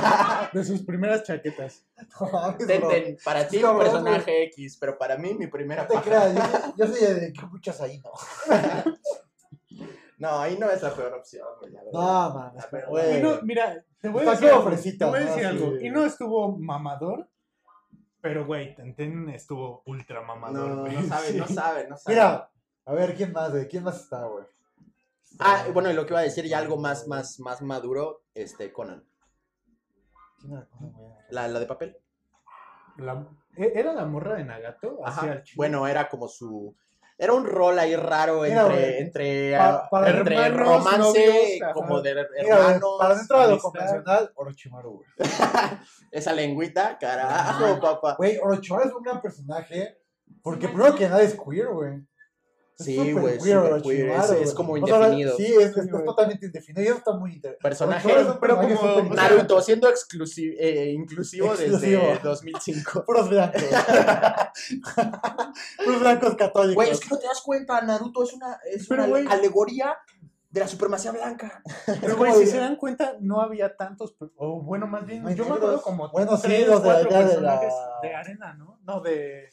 Speaker 6: de sus primeras chaquetas.
Speaker 5: No mames, bro.
Speaker 4: Tenten, para ti
Speaker 5: Es
Speaker 4: un
Speaker 5: cabrón,
Speaker 4: personaje X, pero para mí mi primera
Speaker 5: No te
Speaker 4: paja.
Speaker 5: creas, yo, yo soy de que muchas ahí, no.
Speaker 4: No, ahí no es la peor opción, güey. la verdad.
Speaker 5: No, mames,
Speaker 4: A ver,
Speaker 5: güey.
Speaker 6: Ino, Ah, mira, te voy
Speaker 5: Está
Speaker 6: a decir
Speaker 5: como
Speaker 6: algo.
Speaker 5: fresita,
Speaker 6: te voy a
Speaker 5: ¿no?
Speaker 6: decir
Speaker 5: Así
Speaker 6: algo.
Speaker 5: de-
Speaker 6: Y no estuvo mamador, pero güey, Tenten estuvo ultra mamador.
Speaker 4: No,
Speaker 6: güey.
Speaker 4: no sabe,
Speaker 6: Sí.
Speaker 4: no sabe, no sabe.
Speaker 5: Mira, a ver, ¿quién más, güey? ¿Quién más está, güey?
Speaker 4: Ah, bueno, y lo que iba a decir ya algo más, más, más maduro, este, Conan.
Speaker 5: ¿Quién era Conan, güey?
Speaker 4: La, la de papel.
Speaker 6: La- ¿E- ¿Era la morra de Nagato? Así
Speaker 4: Ajá.
Speaker 6: al chile.
Speaker 4: Bueno, era como su. Era un rol ahí raro
Speaker 5: Mira,
Speaker 4: entre,
Speaker 5: güey,
Speaker 4: entre,
Speaker 5: pa-
Speaker 4: ah,
Speaker 5: para
Speaker 4: entre
Speaker 6: hermanos,
Speaker 4: romance,
Speaker 6: novios, ajá.
Speaker 4: como de
Speaker 5: Mira, güey,
Speaker 4: hermanos.
Speaker 5: para dentro de lo
Speaker 6: amistad.
Speaker 5: convencional, Orochimaru, güey.
Speaker 4: Esa lengüita, carajo, papá.
Speaker 5: Güey, Orochimaru es un gran personaje porque primero que nada es queer, güey. Es
Speaker 4: Sí,
Speaker 5: súper
Speaker 4: güey,
Speaker 5: queer,
Speaker 4: súper
Speaker 5: Orochimaru,
Speaker 4: queer, es- es
Speaker 5: güey.
Speaker 4: como
Speaker 5: O sea,
Speaker 4: indefinido.
Speaker 5: sí, es, es- es
Speaker 6: güey.
Speaker 5: totalmente indefinido y eso está muy interesante.
Speaker 4: Personaje,
Speaker 6: pero como
Speaker 4: Naruto, siendo exclusi- eh, inclusivo desde
Speaker 5: Exclusivo.
Speaker 4: 2005.
Speaker 5: Puros blancos. Puros blancos católicos.
Speaker 4: Güey, es que no te das cuenta, Naruto es una, es
Speaker 6: Pero,
Speaker 4: una
Speaker 6: güey.
Speaker 4: alegoría de la supremacía blanca.
Speaker 5: como
Speaker 6: Pero, güey, si
Speaker 5: de-
Speaker 6: se dan cuenta, no había tantos. per- O bueno, más bien,
Speaker 5: No hay
Speaker 6: yo me
Speaker 5: negros.
Speaker 6: acuerdo como.
Speaker 5: Bueno, sí,
Speaker 6: tres,
Speaker 5: los de
Speaker 6: cuatro
Speaker 5: allá de
Speaker 6: personajes
Speaker 5: la-
Speaker 6: de arena, ¿no? No, de.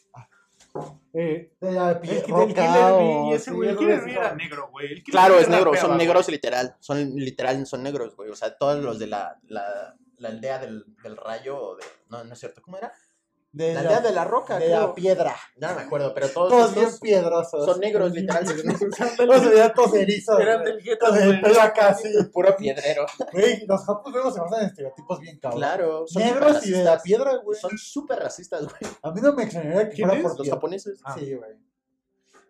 Speaker 6: Eh,
Speaker 5: De la
Speaker 6: el, el
Speaker 5: piel
Speaker 6: Killer
Speaker 5: roca
Speaker 6: Bee
Speaker 5: o-
Speaker 6: y ese
Speaker 5: sí,
Speaker 6: güey. El
Speaker 5: es
Speaker 6: Killer
Speaker 5: rosa.
Speaker 6: Bee era negro, güey. el Killer
Speaker 4: Claro,
Speaker 6: Bee
Speaker 4: es negro,
Speaker 6: rapeaba,
Speaker 4: son
Speaker 6: güey.
Speaker 4: negros literal, son literal, son negros, güey. O sea, todos los de la, la, la aldea del, del rayo, o de, no, no es cierto, ¿cómo era?
Speaker 5: De
Speaker 4: La
Speaker 5: la,
Speaker 4: aldea de la roca,
Speaker 5: de
Speaker 4: creo.
Speaker 5: la piedra.
Speaker 4: Ya no me acuerdo, pero todos,
Speaker 5: Todos bien
Speaker 4: esos
Speaker 5: piedrosos.
Speaker 4: son negros, literal, son negros.
Speaker 5: Todos se veían todos erizos.
Speaker 6: Eran
Speaker 5: güey.
Speaker 6: del gueto,
Speaker 5: Todos
Speaker 6: güey.
Speaker 5: el pelo acá así.
Speaker 4: puro piedrero.
Speaker 5: Güey, los japos luego se basan en estereotipos bien cabrón.
Speaker 4: Claro, son
Speaker 5: Negros y de la
Speaker 4: superracistas.
Speaker 5: piedra, güey.
Speaker 4: Son súper racistas, güey,
Speaker 5: A mí no me extrañaría que
Speaker 6: ¿Quién
Speaker 5: fuera
Speaker 6: es?
Speaker 5: por
Speaker 4: los
Speaker 5: piedra.
Speaker 4: japoneses.
Speaker 6: Ah.
Speaker 5: Sí, güey.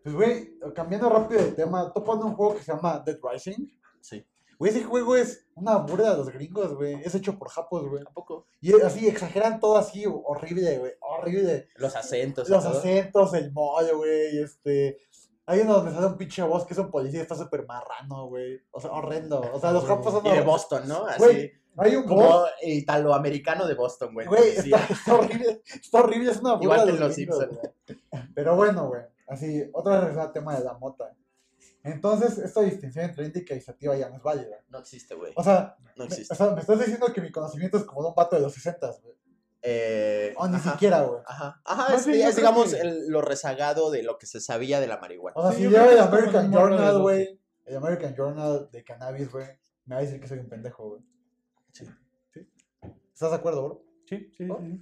Speaker 5: Pues, güey, cambiando rápido de tema, topando un juego que se llama Dead Rising.
Speaker 4: Sí.
Speaker 5: Güey, ese juego es una burda de los gringos, güey. Es hecho por japos, güey.
Speaker 4: ¿A poco?
Speaker 5: Y así, exageran todo así, horrible, güey. Horrible.
Speaker 4: Los acentos. y
Speaker 5: Los
Speaker 4: todo.
Speaker 5: acentos, el mollo, güey, este... Hay uno donde sale un pinche voz que es un policía y está súper marrano, güey. O sea, horrendo. O sea, los japoneses son...
Speaker 4: Y de Boston, ¿no? Así.
Speaker 5: Güey, Hay un boss,
Speaker 4: Como italoamericano de Boston, güey.
Speaker 5: güey,
Speaker 4: policía.
Speaker 5: está, está horrible. Está horrible, es una burla
Speaker 4: Igual que
Speaker 5: de
Speaker 4: en Los
Speaker 5: gringos,
Speaker 4: Simpson.
Speaker 5: güey. Pero bueno, güey. Así, otra vez regresando al tema de la mota. Entonces, esta distinción entre indica y sativa ya no es válida.
Speaker 4: No existe, güey.
Speaker 5: O sea, eh,
Speaker 4: No
Speaker 5: me,
Speaker 4: existe.
Speaker 5: o sea, me estás diciendo que mi conocimiento es como de un vato de los 60, güey.
Speaker 4: Eh,
Speaker 5: O ni
Speaker 4: ajá,
Speaker 5: siquiera, güey.
Speaker 4: Ajá. Ajá,
Speaker 6: No,
Speaker 4: es,
Speaker 6: sí, yo
Speaker 4: es,
Speaker 6: creo
Speaker 4: digamos
Speaker 6: que-
Speaker 4: el- lo rezagado de lo que se sabía de la marihuana.
Speaker 5: O sea,
Speaker 6: Sí,
Speaker 5: si
Speaker 6: yo
Speaker 5: leo
Speaker 6: creo
Speaker 5: el
Speaker 6: que es como
Speaker 5: American
Speaker 6: el morro de
Speaker 5: Journal,
Speaker 6: los
Speaker 5: güey, el American Journal de cannabis, güey, me va a decir que soy un pendejo, güey.
Speaker 4: Sí.
Speaker 5: ¿Sí? ¿Estás de acuerdo, bro?
Speaker 6: Sí, sí,
Speaker 5: ¿No?
Speaker 6: sí.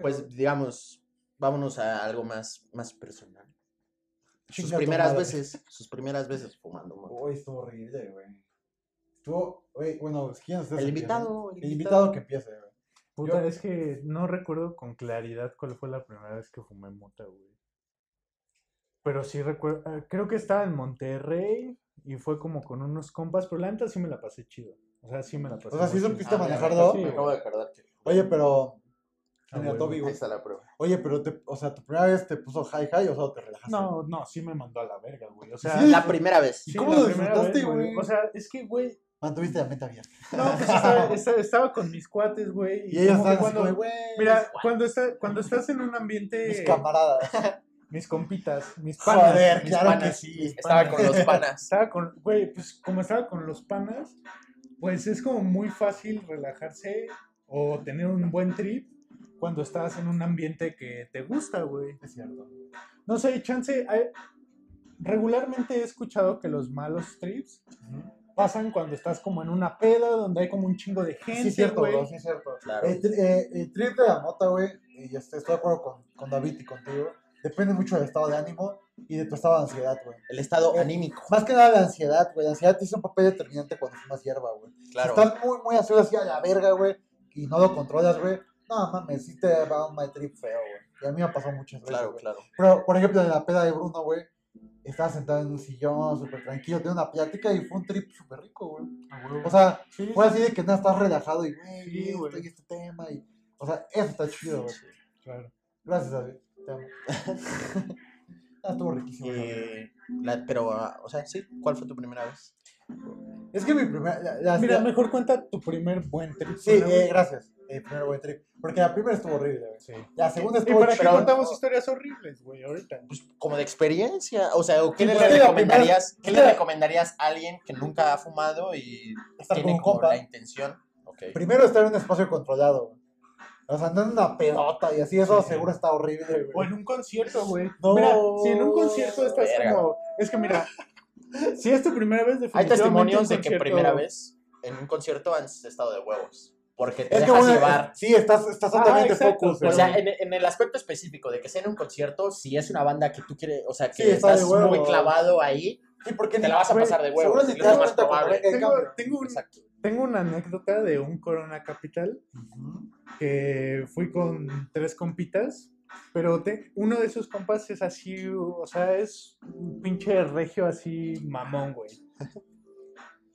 Speaker 4: Pues, digamos, vámonos a algo más, más personal.
Speaker 5: Chinga
Speaker 4: Sus
Speaker 5: tu
Speaker 4: primeras
Speaker 5: madre.
Speaker 4: veces, sus primeras veces fumando. mota.
Speaker 5: Uy, estuvo horrible, güey. Estuvo, güey, bueno, ¿quién es
Speaker 4: El invitado,
Speaker 5: El invitado que empiece, güey.
Speaker 6: Puta,
Speaker 5: Yo-
Speaker 6: es que no recuerdo con claridad cuál fue la primera vez que fumé mota, güey. Pero sí recuerdo, ah, creo que estaba en Monterrey y fue como con unos compas, pero la neta sí me la pasé chido. O sea, sí me la pasé.
Speaker 5: sea, sí
Speaker 6: muy
Speaker 5: supiste
Speaker 6: chido.
Speaker 5: Ah, manejar
Speaker 4: mira,
Speaker 5: dos?
Speaker 4: Me acabo de acordar que.
Speaker 5: Oye, pero.
Speaker 6: Ah,
Speaker 5: Mira,
Speaker 6: güey,
Speaker 5: Toby,
Speaker 4: Ahí
Speaker 5: güey.
Speaker 4: está la prueba.
Speaker 5: Oye, pero te, o sea, tu primera vez te puso high high, o sea, te relajaste.
Speaker 6: No, no, sí me mandó a la verga, güey. O sea,
Speaker 5: Sí.
Speaker 4: La primera vez.
Speaker 5: ¿Y
Speaker 6: sí,
Speaker 5: cómo
Speaker 6: la
Speaker 5: lo
Speaker 6: primera
Speaker 5: disfrutaste,
Speaker 6: vez,
Speaker 5: güey?
Speaker 6: O sea, es que, güey,
Speaker 5: Mantuviste la mente abierta.
Speaker 6: no, pues estaba, esta- estaba con mis cuates, güey.
Speaker 5: Y ellos
Speaker 6: como
Speaker 5: estaban
Speaker 6: que
Speaker 5: así,
Speaker 6: cuando-
Speaker 5: como, güey.
Speaker 6: Mira, cuando, está, cuando estás en un ambiente...
Speaker 5: Mis camaradas.
Speaker 6: mis compitas, mis panas.
Speaker 5: Joder,
Speaker 6: mis
Speaker 5: claro que
Speaker 6: panas.
Speaker 5: sí.
Speaker 4: Estaba con los panas.
Speaker 6: Estaba con, güey, pues como estaba con los panas, pues es como muy fácil relajarse o tener un buen trip cuando estás en un ambiente que te gusta, güey.
Speaker 5: Es cierto.
Speaker 6: No sé, chance, hay- regularmente he escuchado que los malos trips pasan cuando estás como en una peda donde hay como un chingo de gente,
Speaker 5: Sí, es cierto,
Speaker 6: güey.
Speaker 5: bro, sí, es cierto.
Speaker 4: Claro.
Speaker 5: El, tri- eh, el trip de la mota, güey, y este, estoy de acuerdo con, con David y contigo, depende mucho del estado de ánimo y de tu estado de ansiedad, güey.
Speaker 4: El estado
Speaker 5: Eh,
Speaker 4: anímico.
Speaker 5: Más que nada la ansiedad, güey. La ansiedad es un papel determinante cuando fumas hierba, güey.
Speaker 4: Claro.
Speaker 5: Si estás muy, muy azul así a la verga, güey, y no lo controlas, güey, no mames, sí te va un mal trip feo, güey. Y a mí me pasó muchas veces.
Speaker 4: Claro,
Speaker 5: güey.
Speaker 4: claro.
Speaker 5: Pero, por ejemplo, en la peda de Bruno, güey, estaba sentado en un sillón súper tranquilo, tenía una plática y fue un trip súper rico, güey. O sea,
Speaker 6: Sí,
Speaker 4: Pues,
Speaker 5: fue así de que no estás relajado y, güey,
Speaker 6: Sí,
Speaker 5: esto
Speaker 6: güey.
Speaker 5: y este tema. Y, o sea, eso está chido, güey.
Speaker 6: claro.
Speaker 5: Gracias, David. Te amo. Ah, estuvo riquísimo. güey.
Speaker 4: Eh, la- pero, ah, o sea, sí. ¿Cuál fue tu primera vez?
Speaker 5: Es que mi primera. la- la-
Speaker 6: Mira,
Speaker 5: la-
Speaker 6: mejor cuenta tu primer buen trip.
Speaker 5: sí,
Speaker 6: ¿no, güey?
Speaker 5: eh, gracias. Eh, primero buen trip. Porque la primera estuvo horrible, güey.
Speaker 6: Sí.
Speaker 5: La segunda
Speaker 6: ¿Y
Speaker 5: estuvo
Speaker 6: para qué
Speaker 5: chida.
Speaker 6: contamos historias horribles, güey, ahorita?
Speaker 4: Pues, como de experiencia. O sea, ¿o ¿qué
Speaker 5: Sí,
Speaker 4: le
Speaker 5: pues, es que la
Speaker 4: recomendarías? ¿Qué le
Speaker 5: primera-
Speaker 4: recomendarías a alguien que nunca ha fumado y
Speaker 5: Estar con
Speaker 4: tiene
Speaker 5: un
Speaker 4: como
Speaker 5: compa.
Speaker 4: la intención? Ok.
Speaker 5: Primero estar en un espacio controlado, güey. O sea, no en una pedota y así, eso seguro está horrible,
Speaker 6: O
Speaker 5: güey.
Speaker 6: en un concierto, güey.
Speaker 5: No.
Speaker 6: Mira, si en un concierto estás
Speaker 4: Verga.
Speaker 6: como. Es que mira, si es tu primera vez, definitivamente.
Speaker 4: Hay testimonios
Speaker 6: un
Speaker 4: de que
Speaker 6: concierto-
Speaker 4: primera vez en un concierto han estado de huevos. Porque te
Speaker 5: Es que,
Speaker 4: dejas
Speaker 5: bueno, eh,
Speaker 4: llevar.
Speaker 5: sí, estás, estás
Speaker 6: Ah,
Speaker 5: totalmente
Speaker 6: exacto,
Speaker 5: focus,
Speaker 6: pero-
Speaker 4: O
Speaker 5: güey.
Speaker 4: sea, en, en el aspecto específico de que sea en un concierto, si es una banda que tú quieres, o sea, que
Speaker 5: Sí, está de
Speaker 4: estás
Speaker 5: huevo.
Speaker 4: muy clavado ahí,
Speaker 5: sí, porque
Speaker 4: te la vas a
Speaker 5: güey,
Speaker 4: pasar de huevo.
Speaker 5: Seguro
Speaker 4: Es
Speaker 5: ni te
Speaker 4: lo
Speaker 5: das
Speaker 4: más
Speaker 5: cuenta cuando
Speaker 4: probable.
Speaker 5: venga el
Speaker 6: Tengo,
Speaker 5: cambio.
Speaker 6: tengo, un-
Speaker 4: Exacto.
Speaker 6: tengo una anécdota de un Corona Capital que eh, fui con tres compitas. Pero te- uno de esos compas es así, o sea, es un pinche regio así mamón, güey.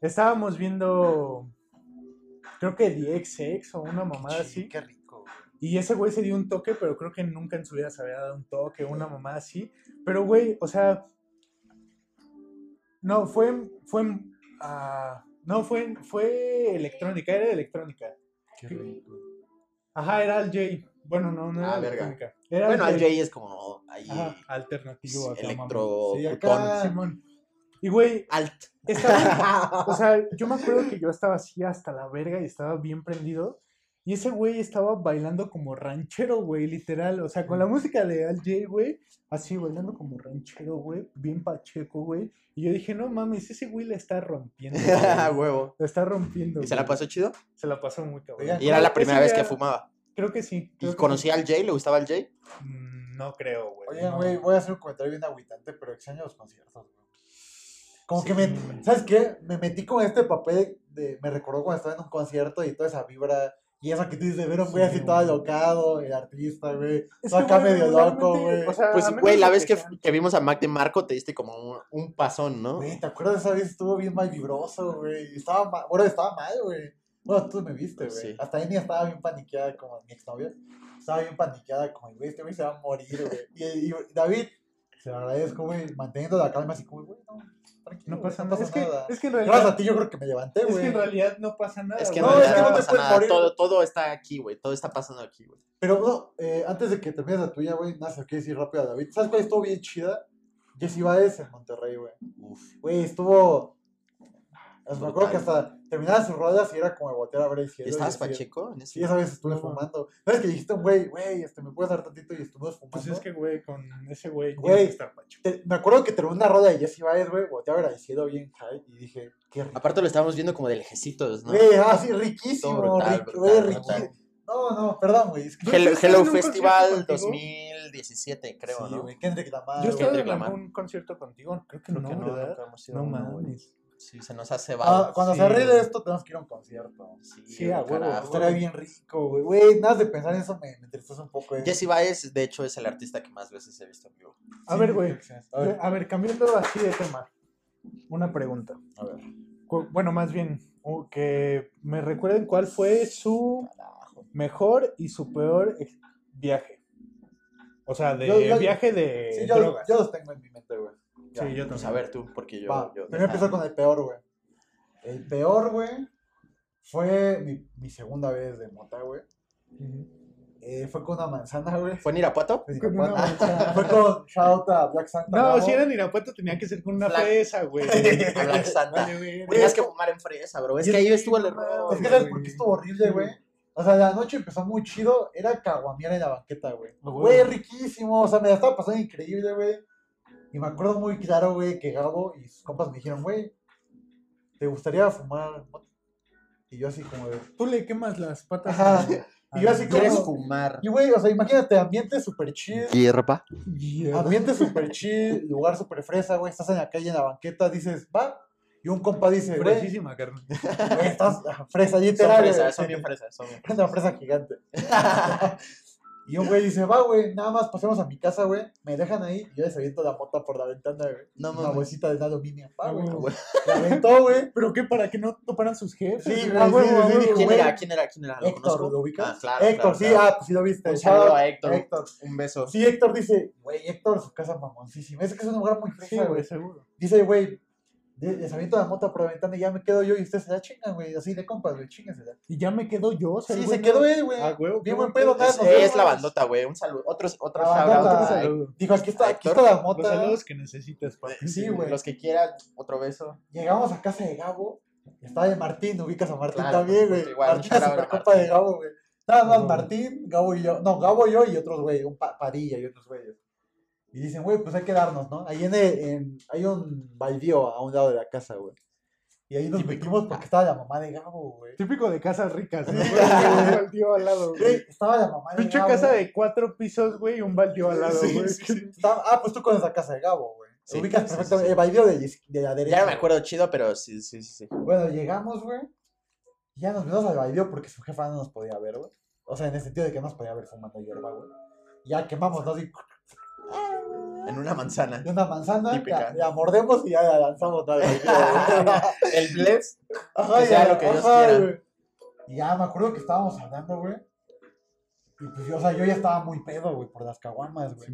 Speaker 6: Estábamos viendo, creo que DXX o una mamada así.
Speaker 5: Qué rico, güey.
Speaker 6: Y ese güey se dio un toque, pero creo que nunca en su vida se había dado un toque, una mamá así. Pero güey, o sea. No, fue. en- fue en- ah, no, fue, en- fue electrónica, era electrónica.
Speaker 5: Qué rico.
Speaker 6: Ajá, era Al J. Bueno, no, no era
Speaker 4: Ah, verga.
Speaker 6: electrónica. Era
Speaker 4: Bueno, al
Speaker 6: J.
Speaker 4: Jay es como ahí
Speaker 6: Ajá, alternativo. acá, mamón.
Speaker 4: electro
Speaker 5: Sí, acá.
Speaker 4: putón.
Speaker 6: Simón. Y güey,
Speaker 4: Alt.
Speaker 6: Estaba- o sea, yo me acuerdo que yo estaba así hasta la verga y estaba bien prendido. Y ese güey estaba bailando como ranchero, güey, literal. O sea, con la música de Al J, güey, así bailando como ranchero, güey, bien pacheco, güey. Y yo dije, no mames, ese güey la está rompiendo. güey.
Speaker 4: Ah, huevo.
Speaker 6: La está rompiendo.
Speaker 4: ¿Y se la
Speaker 6: güey.
Speaker 4: pasó chido?
Speaker 6: Se la pasó muy cabrón.
Speaker 5: Oigan,
Speaker 4: Y era la
Speaker 6: Ese
Speaker 4: primera vez
Speaker 6: día-
Speaker 4: que fumaba.
Speaker 6: Creo que sí. creo
Speaker 4: ¿Y
Speaker 6: que
Speaker 4: conocía al Jay? ¿Le gustaba al Jay?
Speaker 6: sí. Mm, No creo, güey.
Speaker 5: Oigan,
Speaker 6: no.
Speaker 5: güey, voy a hacer un comentario bien agüitante, pero extraño los conciertos, güey. Como
Speaker 6: Sí,
Speaker 5: que
Speaker 6: güey.
Speaker 5: me, ¿sabes qué? Me metí con este papel de, me recordó cuando estaba en un concierto y toda esa vibra Y eso que tú dices, ver un
Speaker 6: Sí,
Speaker 5: güey así
Speaker 6: güey.
Speaker 5: todo alocado, el artista, güey.
Speaker 6: Es
Speaker 5: Todo
Speaker 6: que,
Speaker 5: acá
Speaker 6: güey,
Speaker 5: medio loco,
Speaker 6: regularmente,
Speaker 5: güey.
Speaker 6: o sea, a
Speaker 4: Pues,
Speaker 6: menos
Speaker 4: güey, la
Speaker 6: de
Speaker 4: vez que,
Speaker 6: sean-
Speaker 4: que vimos a Mac de Marco te diste como un, un pasón, ¿no?
Speaker 5: Güey, ¿te acuerdas esa vez? Estuvo bien mal vibroso, güey. Estaba mal, bueno, estaba mal, güey. Bueno, tú me viste, güey.
Speaker 4: Pues Sí.
Speaker 5: Hasta Eni estaba bien paniqueada como mi exnovia. Estaba bien paniqueada como, güey, este güey se va a morir, güey. Y, y David, se lo agradezco, güey, manteniendo la calma así como, güey, no, tranquilo,
Speaker 6: No pasa
Speaker 5: güey,
Speaker 6: nada. Es que, es que en realidad.
Speaker 5: Gracias a ti yo creo que me levanté,
Speaker 6: es
Speaker 5: güey.
Speaker 6: que en realidad no pasa nada.
Speaker 4: Es que
Speaker 5: No,
Speaker 4: no,
Speaker 5: es
Speaker 4: realidad
Speaker 5: que
Speaker 4: no
Speaker 5: no te
Speaker 4: pasa
Speaker 5: puedes
Speaker 4: nada.
Speaker 5: morir.
Speaker 4: Todo, todo está aquí, güey. Todo está pasando aquí, güey.
Speaker 5: Pero bueno, eh, antes de que termines la tuya, güey, nada, se lo quiero decir rápido a David. ¿Sabes cuál estuvo bien chida? Jessy Baez en Monterrey, güey. Güey, estuvo. o sea, Me acuerdo
Speaker 4: Brutal.
Speaker 5: que hasta terminaban sus rodas y era como de voltear a ver el cielo. y
Speaker 4: ¿Estabas
Speaker 5: decir-
Speaker 4: Pacheco? en ese-
Speaker 5: Sí, esa vez estuve
Speaker 6: No,
Speaker 5: fumando. ¿Sabes que dijiste, güey, güey, este, me puedes dar tantito y estuvimos fumando?
Speaker 6: Pues es que, güey, con ese güey.
Speaker 5: Güey.
Speaker 6: tienes que estar pacho.
Speaker 5: Te- me acuerdo que terminé una roda de Jessy Baez, güey, volteé a ver al cielo bien high y dije, qué rico.
Speaker 4: Aparte lo estábamos viendo como de lejecitos, ¿no?
Speaker 5: Güey, ah, sí, riquísimo,
Speaker 4: Todo brutal,
Speaker 5: rico,
Speaker 4: brutal,
Speaker 5: güey,
Speaker 4: brutal.
Speaker 5: riquísimo. No, no, perdón, güey, es que.
Speaker 4: Hello,
Speaker 6: Yo estuve
Speaker 4: Hello
Speaker 6: en un
Speaker 4: Festival
Speaker 6: concierto contigo.
Speaker 4: 2017, creo,
Speaker 5: sí,
Speaker 4: ¿no?
Speaker 5: güey, Kendrick Lamar,
Speaker 6: Yo
Speaker 5: güey.
Speaker 6: estaba en
Speaker 4: Kendrick Lamar.
Speaker 6: algún concierto contigo. Creo que no,
Speaker 4: Creo que no,
Speaker 6: ¿verdad?
Speaker 4: nunca hemos ido a
Speaker 6: No
Speaker 4: uno, güey.
Speaker 6: mames.
Speaker 4: Sí, se nos ha
Speaker 5: Ah,
Speaker 4: cebado.
Speaker 5: cuando
Speaker 6: sí,
Speaker 5: se arregle
Speaker 6: güey.
Speaker 5: esto, tenemos que ir a un concierto.
Speaker 6: sí, a huevo,
Speaker 4: carajo.
Speaker 6: a huevo.
Speaker 5: pues, Estaría bien rico, güey. Güey, nada de pensar en eso me, me entristece un poco. eh.
Speaker 4: Jesse Baez, de hecho, es el artista que más veces he visto en vivo.
Speaker 6: A
Speaker 5: Sí,
Speaker 6: ver, güey.
Speaker 5: A ver.
Speaker 6: A ver, cambiando así de tema. Una pregunta.
Speaker 4: A ver.
Speaker 6: Cu- Bueno, más bien, o que me recuerden cuál fue su mejor y su peor ex- viaje. O sea, de
Speaker 5: Yo- yo-
Speaker 6: viaje
Speaker 4: Eh,
Speaker 6: de
Speaker 5: Sí, yo,
Speaker 6: drogas.
Speaker 5: yo los tengo en mi mente, güey. ya.
Speaker 6: sí, yo también.
Speaker 4: Pues a ver tú, porque yo...
Speaker 5: Va,
Speaker 4: yo
Speaker 5: primero empiezo con el peor, güey. El peor, güey, fue mi, mi segunda vez de mota, güey.
Speaker 6: Ujú.
Speaker 5: Eh, fue con una manzana, güey.
Speaker 4: ¿Fue en Irapuato?
Speaker 5: Fue
Speaker 6: Con
Speaker 5: con,
Speaker 6: una manzana.
Speaker 5: fue con shout a Black Santa.
Speaker 6: No,
Speaker 5: Bravo.
Speaker 6: si era en Irapuato tenía que ser con una
Speaker 4: Flag.
Speaker 6: fresa, güey.
Speaker 4: A Black Santa.
Speaker 6: Vale, güey.
Speaker 5: Pues
Speaker 4: Tenías que fumar en fresa, bro. Es que ahí estuvo el error.
Speaker 5: Es que sabes por qué estuvo horrible, güey. O sea, la noche empezó muy chido. Era caguamear en la banqueta, güey.
Speaker 6: Ah, güey.
Speaker 5: Güey, riquísimo. O sea, me la estaba pasando increíble, güey. Y me acuerdo muy claro, güey, que Gabo y sus compas me dijeron, güey, ¿te gustaría fumar? mota?" Y yo así como de...
Speaker 6: Tú le quemas las patas.
Speaker 5: Ajá.
Speaker 6: a-
Speaker 5: Y yo
Speaker 6: a-
Speaker 5: así como-
Speaker 4: ¿Quieres fumar?
Speaker 5: Y, güey, o sea, imagínate, ambiente súper chill.
Speaker 2: Hierba.
Speaker 6: Yeah.
Speaker 5: Ambiente súper chill, lugar súper fresa, güey. Estás en la calle, en la banqueta, dices, va. Y un compa dice, güey,
Speaker 6: Fresísima, carnal.
Speaker 5: güey, estás fresa,
Speaker 4: Son
Speaker 5: literal. güey.
Speaker 4: fresas, son bien fresas. Son
Speaker 2: Ah,
Speaker 4: bien
Speaker 5: Una fresa gigante. y un güey dice, va, güey, nada más pasemos a mi casa, güey. Me dejan ahí y yo les aviento la mota por la ventana, güey.
Speaker 4: No
Speaker 5: Una
Speaker 4: mames.
Speaker 5: bolsita de aluminio. Va,
Speaker 6: Ah,
Speaker 5: güey.
Speaker 6: huevo.
Speaker 5: La aventó, güey.
Speaker 6: ¿Pero qué? ¿Para que no toparan sus jefes?
Speaker 5: Sí,
Speaker 6: Ah,
Speaker 5: güey, sí, sí,
Speaker 6: huevo, ah,
Speaker 5: sí,
Speaker 6: huevo.
Speaker 5: dijo,
Speaker 4: ¿Quién
Speaker 5: güey.
Speaker 4: era? ¿Quién era? ¿Quién era? ¿Lo
Speaker 5: Héctor,
Speaker 4: conozco?
Speaker 5: ¿lo ubicas?
Speaker 4: Ah, claro,
Speaker 5: Héctor,
Speaker 4: claro,
Speaker 5: sí,
Speaker 4: claro.
Speaker 5: ah, pues sí lo viste.
Speaker 4: Un saludo
Speaker 5: Chava,
Speaker 4: a Héctor.
Speaker 5: Héctor.
Speaker 4: Un beso.
Speaker 5: Sí, Héctor dice, güey, Héctor, su casa mamoncísima. Es que es un lugar muy
Speaker 6: Sí,
Speaker 5: fresa,
Speaker 6: güey,
Speaker 5: güey.
Speaker 6: seguro.
Speaker 5: Dice, güey, de- les aviento la mota por la ventana y ya me quedo yo y ustedes se la chingan, güey. Así de compas, güey, chingensela.
Speaker 6: Y ya me quedo yo. o sea,
Speaker 5: Sí,
Speaker 6: güey,
Speaker 5: se
Speaker 6: no-
Speaker 5: quedó él, güey.
Speaker 6: Ah, huevo,
Speaker 5: Bien
Speaker 6: qué
Speaker 5: buen
Speaker 6: pedo.
Speaker 5: pedo, nada,
Speaker 4: Es,
Speaker 5: nos
Speaker 4: es
Speaker 5: vemos.
Speaker 2: pues.
Speaker 4: la bandota, güey. Un saludo. Otros, otro
Speaker 5: La
Speaker 4: shout out
Speaker 5: bandota.
Speaker 4: a
Speaker 5: Otro
Speaker 4: Héctor.
Speaker 5: Dijo, aquí está, aquí
Speaker 4: Héctor,
Speaker 5: está la
Speaker 6: Los
Speaker 5: mota.
Speaker 6: saludos que necesitas, papi.
Speaker 5: Sí, güey.
Speaker 4: Los que quieran, otro beso.
Speaker 5: Llegamos a casa de Gabo. Estaba de Martín, ubicas a Martín
Speaker 4: Claro,
Speaker 5: también,
Speaker 4: por
Speaker 5: güey.
Speaker 4: supuesto, igual,
Speaker 5: Martín
Speaker 4: un shout
Speaker 5: es
Speaker 4: out a
Speaker 5: super compa de
Speaker 4: Martín.
Speaker 5: Gabo, güey. Nada más
Speaker 6: Ujú.
Speaker 5: Martín, Gabo y yo. No, Gabo, yo y otros, güey. Un pa- Padilla y otros güeyes. Y dicen, güey, pues hay que darnos, ¿no? Ahí en, el- en- hay un baldío a un lado de la casa, güey. Y ahí nos metimos porque estaba la mamá de Gabo, güey.
Speaker 6: Típico de casas ricas, ¿no?
Speaker 5: Sí.
Speaker 6: Güey, un baldío al lado,
Speaker 5: Güey,
Speaker 6: güey.
Speaker 5: estaba la mamá de
Speaker 6: Pinche
Speaker 5: Gabo.
Speaker 6: casa de cuatro pisos, güey, y un baldío al lado,
Speaker 5: Sí,
Speaker 6: güey.
Speaker 5: sí, sí. Estaba- ah, pues tú conoces la casa de Gabo, güey.
Speaker 4: Sí,
Speaker 5: ubicas
Speaker 4: sí, sí,
Speaker 5: perfectamente
Speaker 4: sí.
Speaker 5: el baldío de, la iz- de la derecha.
Speaker 4: Ya no me
Speaker 5: güey.
Speaker 4: acuerdo chido, pero sí, sí, sí. sí.
Speaker 5: Bueno, llegamos, güey. Y ya nos vimos al baile porque su jefa no nos podía ver, güey. O sea, en el sentido de que no nos podía ver fumando hierba, güey. Y Ya quemamos, ¿no? Así,
Speaker 4: En una manzana.
Speaker 5: de una manzana,
Speaker 4: Típica.
Speaker 5: la, la mordemos y ya la lanzamos. ¿no? Ajá,
Speaker 4: El bless. sea
Speaker 5: y ya-
Speaker 4: lo que Dios
Speaker 5: ajá,
Speaker 4: quiera.
Speaker 5: güey. Y ya me acuerdo que estábamos hablando, güey. Y pues, yo, o sea, yo ya estaba muy pedo, güey, por las caguamas, güey.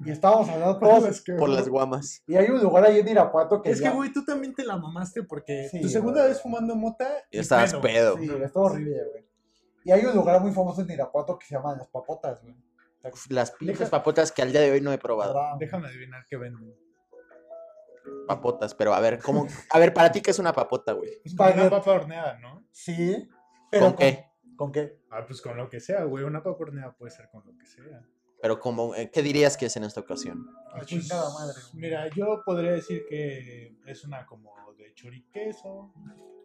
Speaker 5: y estábamos hablando todos.
Speaker 6: Todos-
Speaker 2: Por las guamas.
Speaker 5: Y hay un lugar ahí en Irapuato que
Speaker 6: Es que,
Speaker 5: ya-
Speaker 6: güey, tú también te la mamaste porque
Speaker 5: Sí,
Speaker 6: tu segunda
Speaker 5: güey.
Speaker 6: vez fumando mota.
Speaker 2: Y estabas pedo.
Speaker 5: Sí, güey, está horrible, güey. Y hay un lugar muy famoso en Irapuato que se llama Las Papotas, güey.
Speaker 2: Uf, Las pinches papotas que al día de hoy no he
Speaker 4: Ah,
Speaker 2: probado.
Speaker 5: Está-
Speaker 6: Déjame adivinar qué venden.
Speaker 2: Papotas, pero a ver, ¿cómo? A ver, para ti, ¿qué es una papota, güey?
Speaker 6: Es como Pues una
Speaker 5: Espagueti.
Speaker 6: papa horneada, ¿no?
Speaker 5: Sí. Pero
Speaker 2: ¿Con qué?
Speaker 5: ¿Con qué?
Speaker 6: Ah, pues con lo que sea, güey. Una papa horneada puede ser con lo que sea.
Speaker 2: Pero como, eh, ¿qué dirías que es en esta ocasión?
Speaker 5: La
Speaker 6: Pues,
Speaker 5: Ah, chingada madre. güey.
Speaker 6: Mira, yo podría decir que es una como de choriqueso,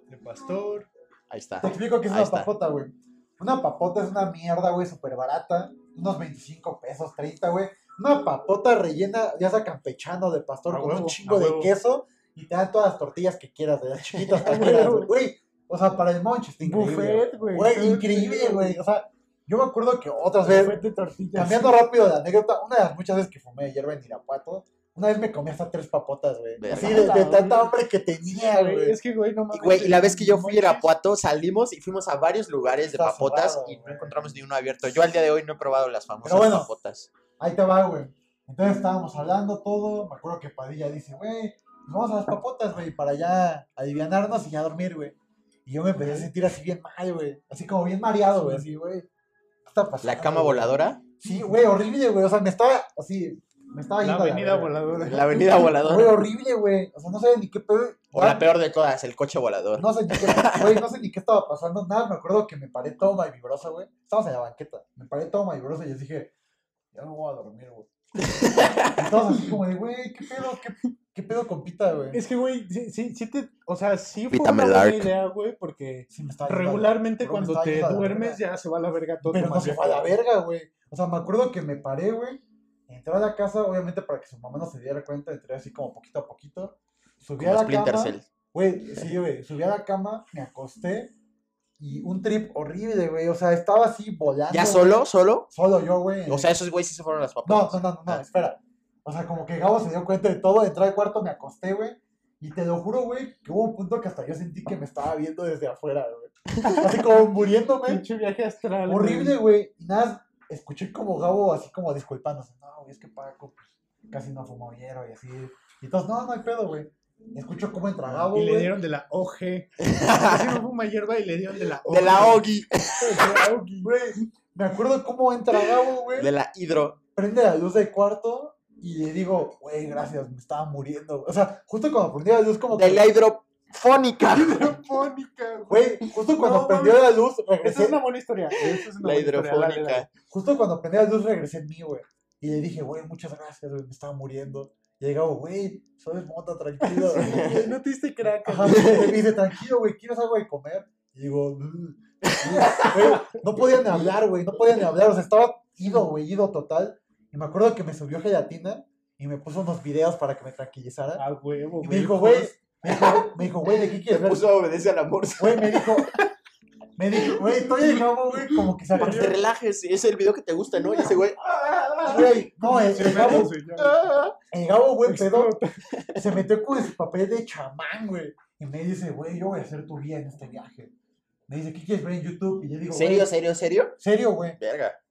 Speaker 6: de pastor.
Speaker 2: Ahí está.
Speaker 5: Te explico qué es
Speaker 2: Ahí
Speaker 5: una
Speaker 2: está.
Speaker 5: papota, güey. Una papota es una mierda, güey, súper barata. Unos 25 pesos, 30, güey. Una papota rellena, ya sea campechano de pastor,
Speaker 6: A
Speaker 5: con
Speaker 6: huevo,
Speaker 5: un
Speaker 6: a
Speaker 5: chingo de
Speaker 6: huevo.
Speaker 5: queso. Y te dan todas las tortillas que quieras, de las chiquitas que quieras, güey. Güey, O sea, para el monche está increíble.
Speaker 6: Buffet, güey.
Speaker 5: Güey, increíble, güey. O sea, yo me acuerdo que otras veces,
Speaker 6: Buffet de tortillas.
Speaker 5: cambiando rápido de anécdota, una de las muchas veces que fumé hierba en Irapuato, una vez me comí hasta tres papotas, güey.
Speaker 2: Verga.
Speaker 5: Así de, de tanta hambre que tenía,
Speaker 6: Güey,
Speaker 5: güey.
Speaker 6: Es que, güey, no mames.
Speaker 2: Y, güey, y la vez que yo fui a
Speaker 6: Monchis-
Speaker 2: Irapuato, salimos y fuimos a varios lugares de
Speaker 5: Está
Speaker 2: papotas
Speaker 5: cerrado,
Speaker 2: y no
Speaker 5: güey.
Speaker 2: encontramos ni uno abierto. Yo al día de hoy no he probado las famosas
Speaker 5: Pero bueno.
Speaker 2: papotas.
Speaker 5: Ahí te va, güey. Entonces estábamos hablando todo, me acuerdo que Padilla dice, güey, pues vamos a las papotas, güey, para ya adivinarnos y ya dormir, güey. Y yo me empecé a sentir así bien mal, güey. Así como bien mareado, güey, así, güey. ¿Qué está pasando?
Speaker 2: La cama
Speaker 5: güey?
Speaker 2: voladora,
Speaker 5: Sí, güey, horrible, güey. O sea, me estaba así, me estaba
Speaker 6: La
Speaker 5: yendo a
Speaker 6: avenida
Speaker 5: verga.
Speaker 6: voladora.
Speaker 2: la avenida
Speaker 5: Güey,
Speaker 2: voladora.
Speaker 5: horrible, güey. O sea, no sé ni qué pedo. Ah,
Speaker 2: O la peor de todas, el coche volador.
Speaker 5: No sé, ni qué, güey, no sé ni qué estaba pasando. Nada, me acuerdo que me paré toma y vibrosa, güey. Estábamos en la banqueta. Me paré toma y vibrosa y les dije, ya no voy a dormir, güey. Y todos así como de, güey, qué pedo, qué, qué pedo compita, güey.
Speaker 6: Es que, güey, sí, sí, sí te. O sea, sí fue
Speaker 2: Vítame
Speaker 6: una buena
Speaker 2: Dark.
Speaker 6: idea, güey, porque
Speaker 5: Sí, me estaba yendo a la-
Speaker 6: regularmente
Speaker 5: pero me
Speaker 6: cuando
Speaker 5: estaba
Speaker 6: te
Speaker 5: yendo a la
Speaker 6: duermes
Speaker 5: verga.
Speaker 6: ya se va a la verga todo.
Speaker 5: Pero
Speaker 6: tu
Speaker 5: no se
Speaker 6: maquillaje.
Speaker 5: fue a la verga, güey. O sea, me acuerdo que me paré, güey. Entré a la casa, obviamente para que su mamá no se diera cuenta, entré así como poquito a poquito. Subí
Speaker 2: Como
Speaker 5: a la
Speaker 2: Splinter
Speaker 5: cama.
Speaker 2: Cell.
Speaker 5: Güey, sí, güey, subí a la cama, me acosté y un trip horrible, güey. O sea, estaba así volando.
Speaker 2: ¿Ya
Speaker 5: güey.
Speaker 2: solo? ¿Solo?
Speaker 5: Solo yo, güey.
Speaker 2: O sea, esos güeyes sí se fueron a las papotas.
Speaker 5: No, no, no, no, no, espera. O sea, como que Gabo se dio cuenta de todo, entré al cuarto, me acosté, güey. Y te lo juro, güey, que hubo un punto que hasta yo sentí que me estaba viendo desde afuera, güey. Así como muriéndome.
Speaker 6: Pinche viaje astral. güey.
Speaker 5: Horrible, güey. Y nada, escuché como Gabo así como disculpándose. No, güey, es que Paco pues, casi no fumó hierro y así. Y entonces, no, no hay pedo, güey. Escucho cómo entra Gabo,
Speaker 6: Y le
Speaker 5: güey.
Speaker 6: dieron de la OG. Casi no fuma hierba y le dieron de la OG.
Speaker 2: De la Ogi,
Speaker 5: Güey, me acuerdo cómo entra Gabo, güey.
Speaker 2: de la Hidro.
Speaker 5: prende la luz del cuarto y le digo, güey, gracias, me estaba muriendo. O sea, justo cuando prendió la luz, como
Speaker 2: De
Speaker 5: que,
Speaker 2: la hidrofónica.
Speaker 6: Hidropónica, güey.
Speaker 5: güey, justo cuando
Speaker 6: No,
Speaker 5: prendió
Speaker 6: mames.
Speaker 5: la luz,
Speaker 6: Esa
Speaker 5: regresé,
Speaker 6: es una buena historia. Esa es una
Speaker 2: La
Speaker 6: buena historia, dale, dale.
Speaker 2: hidrofónica.
Speaker 5: justo cuando prendió la luz, regresé en mí, güey. Y le dije, güey, muchas gracias, güey, me estaba muriendo. Y le digo, güey, sabes mota, tranquilo.
Speaker 6: Güey, No te diste crack.
Speaker 5: Ajá, me dice, tranquilo, güey, ¿quieres algo de comer? Y digo, "Mm". Güey, no podía ni hablar, güey, no podía ni hablar, o sea, estaba ido, güey, ido total. Y me acuerdo que me subió gelatina y me puso unos videos para que me tranquilizara.
Speaker 6: A Ah, huevo,
Speaker 5: Y me dijo, güey,
Speaker 6: pues,
Speaker 5: me dijo, me dijo, güey, ¿de qué quieres ver?
Speaker 2: a obedecer Pues, al amor.
Speaker 5: Güey, me dijo, me dijo, güey, estoy en Gabo, güey, como que se
Speaker 2: Para que te
Speaker 5: agarró.
Speaker 2: relajes, es el video que te gusta, ¿no? Y ese güey.
Speaker 5: Güey, no, eh, el,
Speaker 6: pues, se
Speaker 5: el
Speaker 6: me
Speaker 5: Gabo,
Speaker 6: enseñó.
Speaker 5: el Gabo, güey, pedo, se metió con su papel de chamán, güey. Y me dice, güey, yo voy a hacer tu guía en este viaje. Me dice, ¿qué quieres ver en YouTube? Y yo digo,
Speaker 2: ¿Serio,
Speaker 5: güey,
Speaker 2: serio, serio?
Speaker 5: serio, güey.
Speaker 2: Verga.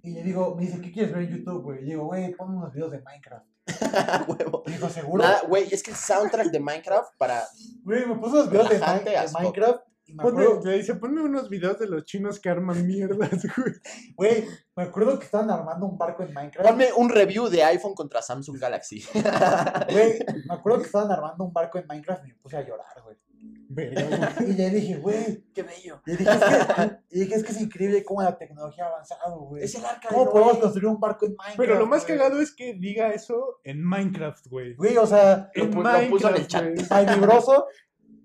Speaker 5: Y le digo, me dice, ¿qué quieres ver en YouTube, güey? Y digo, güey, ponme unos videos de Minecraft.
Speaker 2: Huevo.
Speaker 5: Y dijo, ¿seguro?
Speaker 2: Nada, güey, es que el soundtrack de Minecraft para.
Speaker 5: Güey, me puso unos videos de, Min-
Speaker 2: Relajante
Speaker 5: de
Speaker 2: as fuck.
Speaker 5: Minecraft. Y me
Speaker 6: Ponme,
Speaker 5: acuerdo,
Speaker 6: le dice, ponme unos videos de los chinos que arman mierdas, güey.
Speaker 5: güey, me acuerdo que estaban armando un barco en Minecraft.
Speaker 2: Ponme un review de iPhone contra Samsung Galaxy.
Speaker 5: Güey, me acuerdo que estaban armando un barco en Minecraft y me puse a llorar, güey.
Speaker 6: Verga,
Speaker 5: Y le dije, güey,
Speaker 2: Qué bello.
Speaker 5: le dije, es que, le dije, es que es increíble cómo la tecnología ha avanzado, güey.
Speaker 2: Es el arca de
Speaker 5: ¿Cómo podemos
Speaker 2: Noé.
Speaker 5: construir un barco en Minecraft?
Speaker 6: Pero lo más
Speaker 5: güey?
Speaker 6: cagado es que diga eso en Minecraft, güey.
Speaker 5: Güey, o sea,
Speaker 2: Lo
Speaker 6: En
Speaker 2: pu- lo puso en el
Speaker 6: Minecraft,
Speaker 2: chat.
Speaker 6: güey.
Speaker 5: al vibroso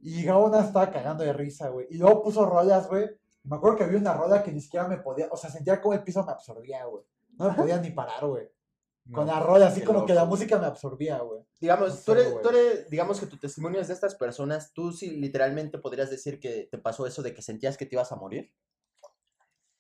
Speaker 5: y Gaona estaba cagando de risa, güey. Y luego puso rolas, güey. Me acuerdo que había una rola que ni siquiera me podía, o sea, sentía como el piso me absorbía, güey. No me podía ni parar, güey. Con la rola, así
Speaker 2: Qué
Speaker 5: como que la
Speaker 2: loco.
Speaker 5: música me absorbía, güey. No
Speaker 2: Digamos,
Speaker 5: sé,
Speaker 2: tú eres,
Speaker 5: güey.
Speaker 2: tú eres, digamos que tu testimonio es de estas personas. Tú sí literalmente podrías decir que te pasó eso de que sentías que te ibas a morir.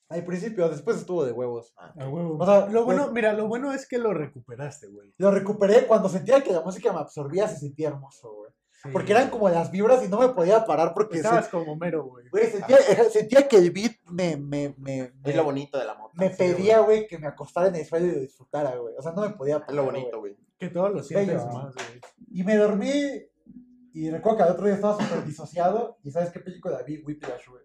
Speaker 5: Al principio, después estuvo de huevos.
Speaker 6: A huevo.
Speaker 5: O sea,
Speaker 6: lo bueno,
Speaker 5: güey.
Speaker 6: mira, lo bueno es que lo recuperaste, güey.
Speaker 5: Lo recuperé cuando sentía que la música me absorbía, se sentía hermoso, güey. Porque eran como las vibras y no me podía parar porque
Speaker 6: Estabas
Speaker 5: se-
Speaker 6: como mero, güey.
Speaker 5: güey, sentía, sentía que el beat me, me, me,
Speaker 2: Es
Speaker 5: me-
Speaker 2: lo bonito de la moto.
Speaker 5: me pedía, güey, que me acostara en el suelo y lo disfrutara, güey. O sea, no me podía parar.
Speaker 2: Es lo
Speaker 5: güey.
Speaker 2: bonito, güey.
Speaker 6: Que todo lo sientes
Speaker 5: Bello.
Speaker 6: más, güey. ah.
Speaker 5: Y me dormí y recuerdo que al otro día estaba súper disociado y ¿sabes qué película vi? Whiplash, güey.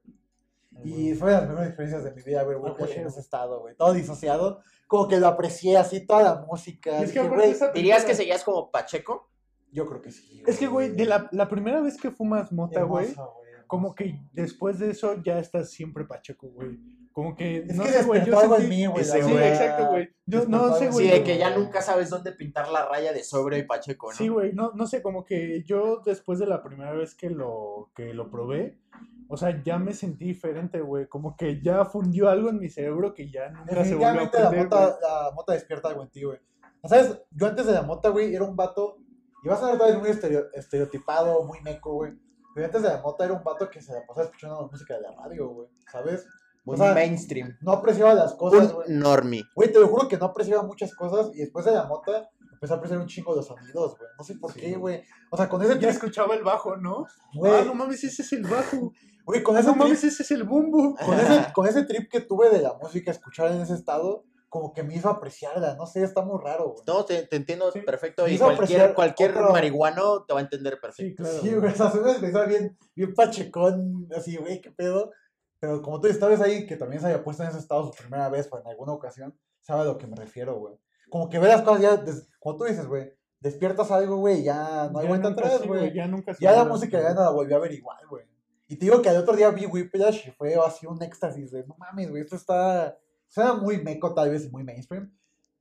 Speaker 5: Y fue de las mejores experiencias de mi vida,
Speaker 6: Ah,
Speaker 5: güey, Whiplash en
Speaker 6: güey.
Speaker 5: ese estado, güey. Todo disociado, como que lo aprecié así, toda la música.
Speaker 6: Y es
Speaker 5: Dije,
Speaker 6: que aparte
Speaker 5: güey,
Speaker 6: esa
Speaker 2: ¿Dirías que
Speaker 6: película-
Speaker 2: seguías como Pacheco?
Speaker 5: yo creo que sí.
Speaker 6: Es que, güey, de la, la primera vez que fumas mota,
Speaker 5: Hermoso,
Speaker 6: güey, como
Speaker 5: hermoso.
Speaker 6: que después de eso ya estás siempre pacheco, güey. Como que,
Speaker 5: Es
Speaker 6: no
Speaker 5: que
Speaker 6: sé, güey, yo
Speaker 5: despertó algo en
Speaker 6: sentí-
Speaker 5: mí, güey.
Speaker 2: Ese,
Speaker 5: la
Speaker 6: Sí,
Speaker 2: güey.
Speaker 5: verdad.
Speaker 6: exacto, güey. Yo no
Speaker 5: Despertó
Speaker 6: sé,
Speaker 5: algo
Speaker 6: güey.
Speaker 2: Sí, de que ya
Speaker 5: güey.
Speaker 2: nunca sabes dónde pintar la raya de sobre y Pacheco, ¿no?
Speaker 6: Sí, güey, no, no sé, como que yo después de la primera vez que lo, que lo probé, o sea, ya me sentí diferente, güey. Como que ya fundió algo en mi cerebro que ya nunca se volvió a
Speaker 5: Definitivamente la
Speaker 6: prender, güey.
Speaker 5: mota, la mota despierta algo en ti, güey. O sea, ¿Sabes? Yo antes de la mota, güey, era un vato. Y vas a ver tal vez muy estereo- estereotipado, muy meco, güey. Pero antes de la mota era un vato que se la pasaba escuchando música de radio, güey. ¿Sabes?
Speaker 4: Muy
Speaker 5: O sea,
Speaker 4: mainstream.
Speaker 5: No apreciaba las cosas, güey.
Speaker 4: Un normie.
Speaker 5: Güey, te lo juro que no apreciaba muchas cosas y después de la mota empecé a apreciar un chingo los sonidos, güey. No sé por qué, güey. O sea, con ese
Speaker 6: Ya
Speaker 5: trip,
Speaker 6: escuchaba el bajo, ¿no? Ah,
Speaker 5: güey,
Speaker 6: no mames, ese es el bajo. Ah,
Speaker 5: güey, con ese
Speaker 6: No
Speaker 5: trip,
Speaker 6: mames, ese es el bumbo.
Speaker 5: con ese, con ese trip que tuve de la música, escuchar en ese estado, como que me hizo apreciarla. No sé, está muy raro, güey.
Speaker 4: No, te, te entiendo
Speaker 6: Sí.
Speaker 4: perfecto. Y
Speaker 5: Quiso
Speaker 4: cualquier,
Speaker 5: apreciar
Speaker 4: cualquier
Speaker 5: otro-
Speaker 4: marihuano te va a entender
Speaker 6: Sí,
Speaker 4: perfecto.
Speaker 6: claro.
Speaker 5: Sí, güey, o sea, se me hizo bien, bien pachecón, así, güey, qué pedo. Pero como tú estabas ahí, que también se había puesto en ese estado su primera vez o en alguna ocasión, sabe a lo que me refiero, güey. Como que ve las cosas ya, des- como tú dices, güey, despiertas algo, güey, ya no hay
Speaker 6: Ya
Speaker 5: vuelta
Speaker 6: nunca
Speaker 5: atrás,
Speaker 6: sí,
Speaker 5: güey.
Speaker 6: Ya nunca se
Speaker 5: Ya la
Speaker 6: volvió a
Speaker 5: música ya
Speaker 6: escuchar.
Speaker 5: no la volví a ver igual, güey. Y te digo que al otro día vi Whiplash y fue así un éxtasis de, no mames, güey, esto está... Suena muy meco tal vez y muy mainstream,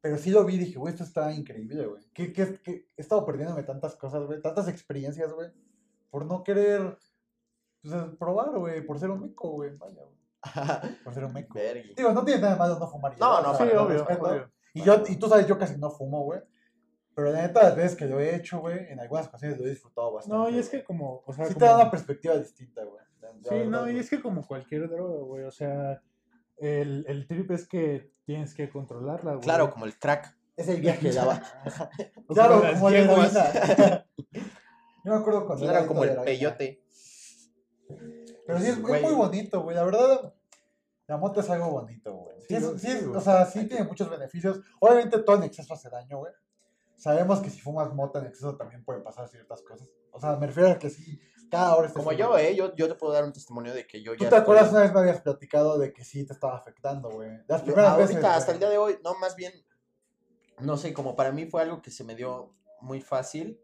Speaker 5: pero sí lo vi y dije, güey, esto está increíble, güey. Que, que, que he estado perdiéndome tantas cosas, güey, tantas experiencias, güey, por no querer pues, probar, güey, por ser un meco, güey, vaya, güey, por ser un meco.
Speaker 4: Vergui.
Speaker 5: Digo, no tiene nada de malo no fumar. y
Speaker 4: No,
Speaker 5: ya,
Speaker 4: no,
Speaker 5: o sea,
Speaker 6: Sí,
Speaker 5: lo
Speaker 6: obvio,
Speaker 5: respeto.
Speaker 6: obvio.
Speaker 5: Y, yo, y tú sabes, yo casi no fumo, güey. Pero la neta, las veces que lo he hecho, güey, en algunas ocasiones lo he disfrutado bastante.
Speaker 6: No, y es
Speaker 5: güey.
Speaker 6: que como, o sea,
Speaker 5: Sí te
Speaker 6: como-
Speaker 5: da una perspectiva distinta, güey. la- la
Speaker 6: Sí,
Speaker 5: verdad,
Speaker 6: no, y
Speaker 5: güey.
Speaker 6: es que como cualquier droga, güey, o sea, el, el trip es que tienes que controlarla, güey.
Speaker 4: Claro, como el crack.
Speaker 5: Es el viaje, la va.
Speaker 6: O
Speaker 5: Claro,
Speaker 6: las
Speaker 5: como la
Speaker 6: yeguas.
Speaker 5: heroína. Yo me acuerdo cuando era
Speaker 4: Claro,
Speaker 5: adicto
Speaker 4: como
Speaker 5: a la
Speaker 4: el
Speaker 5: heroína.
Speaker 4: peyote.
Speaker 5: Pero sí, es, es
Speaker 4: Güey.
Speaker 5: muy bonito, güey. La verdad, la mota es algo bonito, güey. Sí,
Speaker 6: Sí,
Speaker 5: es-
Speaker 6: güey,
Speaker 5: sí
Speaker 6: sí,
Speaker 5: es-
Speaker 6: güey.
Speaker 5: o sea, sí tiene muchos beneficios. Obviamente todo en exceso hace daño, güey. Sabemos que si fumas mota en exceso también pueden pasar ciertas cosas. O sea, me refiero a que sí, cada hora estás
Speaker 4: Como
Speaker 5: fumando.
Speaker 4: yo, ¿eh? Yo, yo te puedo dar un testimonio de que yo ya.
Speaker 5: ¿Tú te acuerdas
Speaker 4: estoy-
Speaker 5: una vez me habías platicado de que sí te estaba afectando, güey? Las primeras
Speaker 4: Ahorita,
Speaker 5: veces.
Speaker 4: hasta
Speaker 5: güey.
Speaker 4: el día de hoy, no, más bien, no sé, como para mí fue algo que se me dio muy fácil.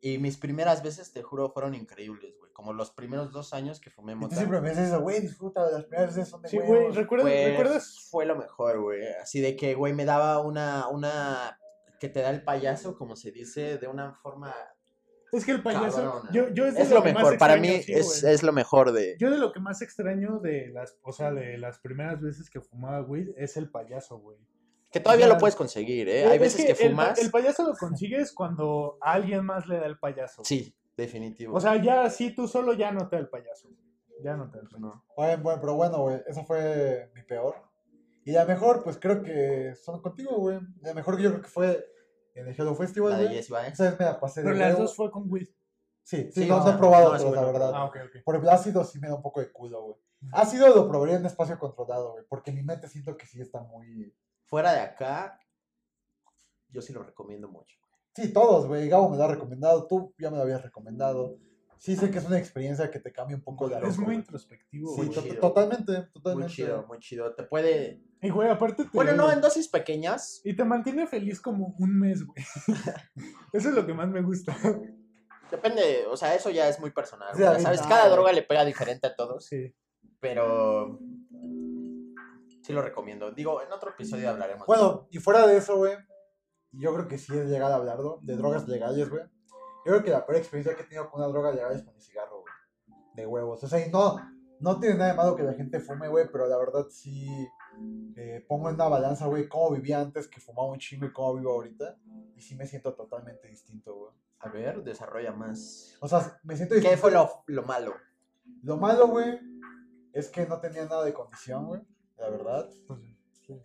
Speaker 4: Y mis primeras veces, te juro, fueron increíbles, güey. Como los primeros dos años que fumé
Speaker 5: Y tú
Speaker 4: mota.
Speaker 5: siempre me dices eso, güey, disfruta, las primeras veces son de
Speaker 6: Sí,
Speaker 5: huevos.
Speaker 6: güey, ¿recuerdas?
Speaker 4: Pues,
Speaker 6: ¿recuerdas?
Speaker 4: Fue lo mejor, güey. Así de que, güey, me daba una, una que te da el payaso, como se dice, de una forma.
Speaker 6: Es que el payaso,
Speaker 4: Cabrona.
Speaker 6: yo, yo es, de
Speaker 4: Es lo
Speaker 6: que más
Speaker 4: mejor, para
Speaker 6: extraño,
Speaker 4: mí
Speaker 6: sí,
Speaker 4: es,
Speaker 6: güey.
Speaker 4: es lo mejor de.
Speaker 6: Yo de lo que más extraño de las, o sea, de las primeras veces que fumaba güey, es el payaso, güey.
Speaker 4: Que todavía
Speaker 6: o sea,
Speaker 4: lo puedes conseguir, ¿eh?
Speaker 6: Es-
Speaker 4: Hay
Speaker 6: es
Speaker 4: veces que,
Speaker 6: el pa-
Speaker 4: fumas.
Speaker 6: El, payaso lo consigues cuando a alguien más le da el payaso. güey.
Speaker 4: Sí, definitivo.
Speaker 6: O sea, ya sí, tú solo ya no te da el payaso. güey. Ya no te da el payaso.
Speaker 5: Oye, bueno, pero bueno, güey, esa fue mi peor. Y la mejor, pues creo que son contigo, güey. La mejor yo creo que fue en el Hello Festival,
Speaker 4: la
Speaker 6: pues,
Speaker 4: de
Speaker 5: güey.
Speaker 4: Yes, va, ¿eh?
Speaker 5: Esa vez me la pasé de
Speaker 6: Pero las
Speaker 5: huevo.
Speaker 6: dos fue con Will.
Speaker 5: Sí, sí,
Speaker 4: Sí,
Speaker 5: no,
Speaker 4: no,
Speaker 5: no he probado
Speaker 4: no,
Speaker 5: otras,
Speaker 4: eso
Speaker 5: la
Speaker 4: no he
Speaker 5: verdad.
Speaker 6: Ah, ok, ok.
Speaker 5: Por el ácido sí me da un poco de culo, güey. Ácido lo probaría en espacio controlado, güey. Porque mi mente siento que sí está muy...
Speaker 4: Fuera de acá, yo sí lo recomiendo mucho.
Speaker 5: Sí, todos, güey. Gabo me lo ha recomendado, tú ya me lo habías recomendado. Sí sé que es una experiencia que te cambia un
Speaker 4: Pues,
Speaker 5: poco la...
Speaker 6: Es muy introspectivo,
Speaker 5: Sí,
Speaker 6: güey.
Speaker 5: to-
Speaker 4: chido.
Speaker 5: totalmente,
Speaker 6: Pues,
Speaker 5: totalmente.
Speaker 4: Muy chido, muy chido. Te puede.
Speaker 6: Y, güey, aparte te...
Speaker 4: Bueno, no, en dosis pequeñas.
Speaker 6: Y te mantiene feliz como un mes, güey. Eso es lo que más me gusta.
Speaker 4: Depende, o sea, eso ya es muy personal.
Speaker 5: Sí,
Speaker 4: güey,
Speaker 5: a mí
Speaker 4: ¿Sabes?
Speaker 5: no,
Speaker 4: Cada
Speaker 5: güey.
Speaker 4: droga le pega diferente a todos.
Speaker 6: Sí.
Speaker 4: pero sí lo recomiendo. Digo, en otro episodio hablaremos.
Speaker 5: Bueno, y fuera de eso, güey, yo creo que sí es legal hablarlo, de drogas legales, güey. Yo creo que la peor experiencia que he tenido con una droga legal es con el cigarro, güey. De huevos. O sea, y no, no tiene nada de malo que la gente fume, güey, pero la verdad sí eh, pongo en una balanza, güey, cómo vivía antes que fumaba un chingo y cómo vivo ahorita. Y sí me siento totalmente distinto, güey.
Speaker 4: a ver, desarrolla más.
Speaker 5: O sea, me siento
Speaker 4: ¿Qué
Speaker 5: distinto.
Speaker 4: fue lo, lo malo?
Speaker 5: Lo malo, güey, es que no tenía nada de condición, güey, la verdad.
Speaker 6: Pues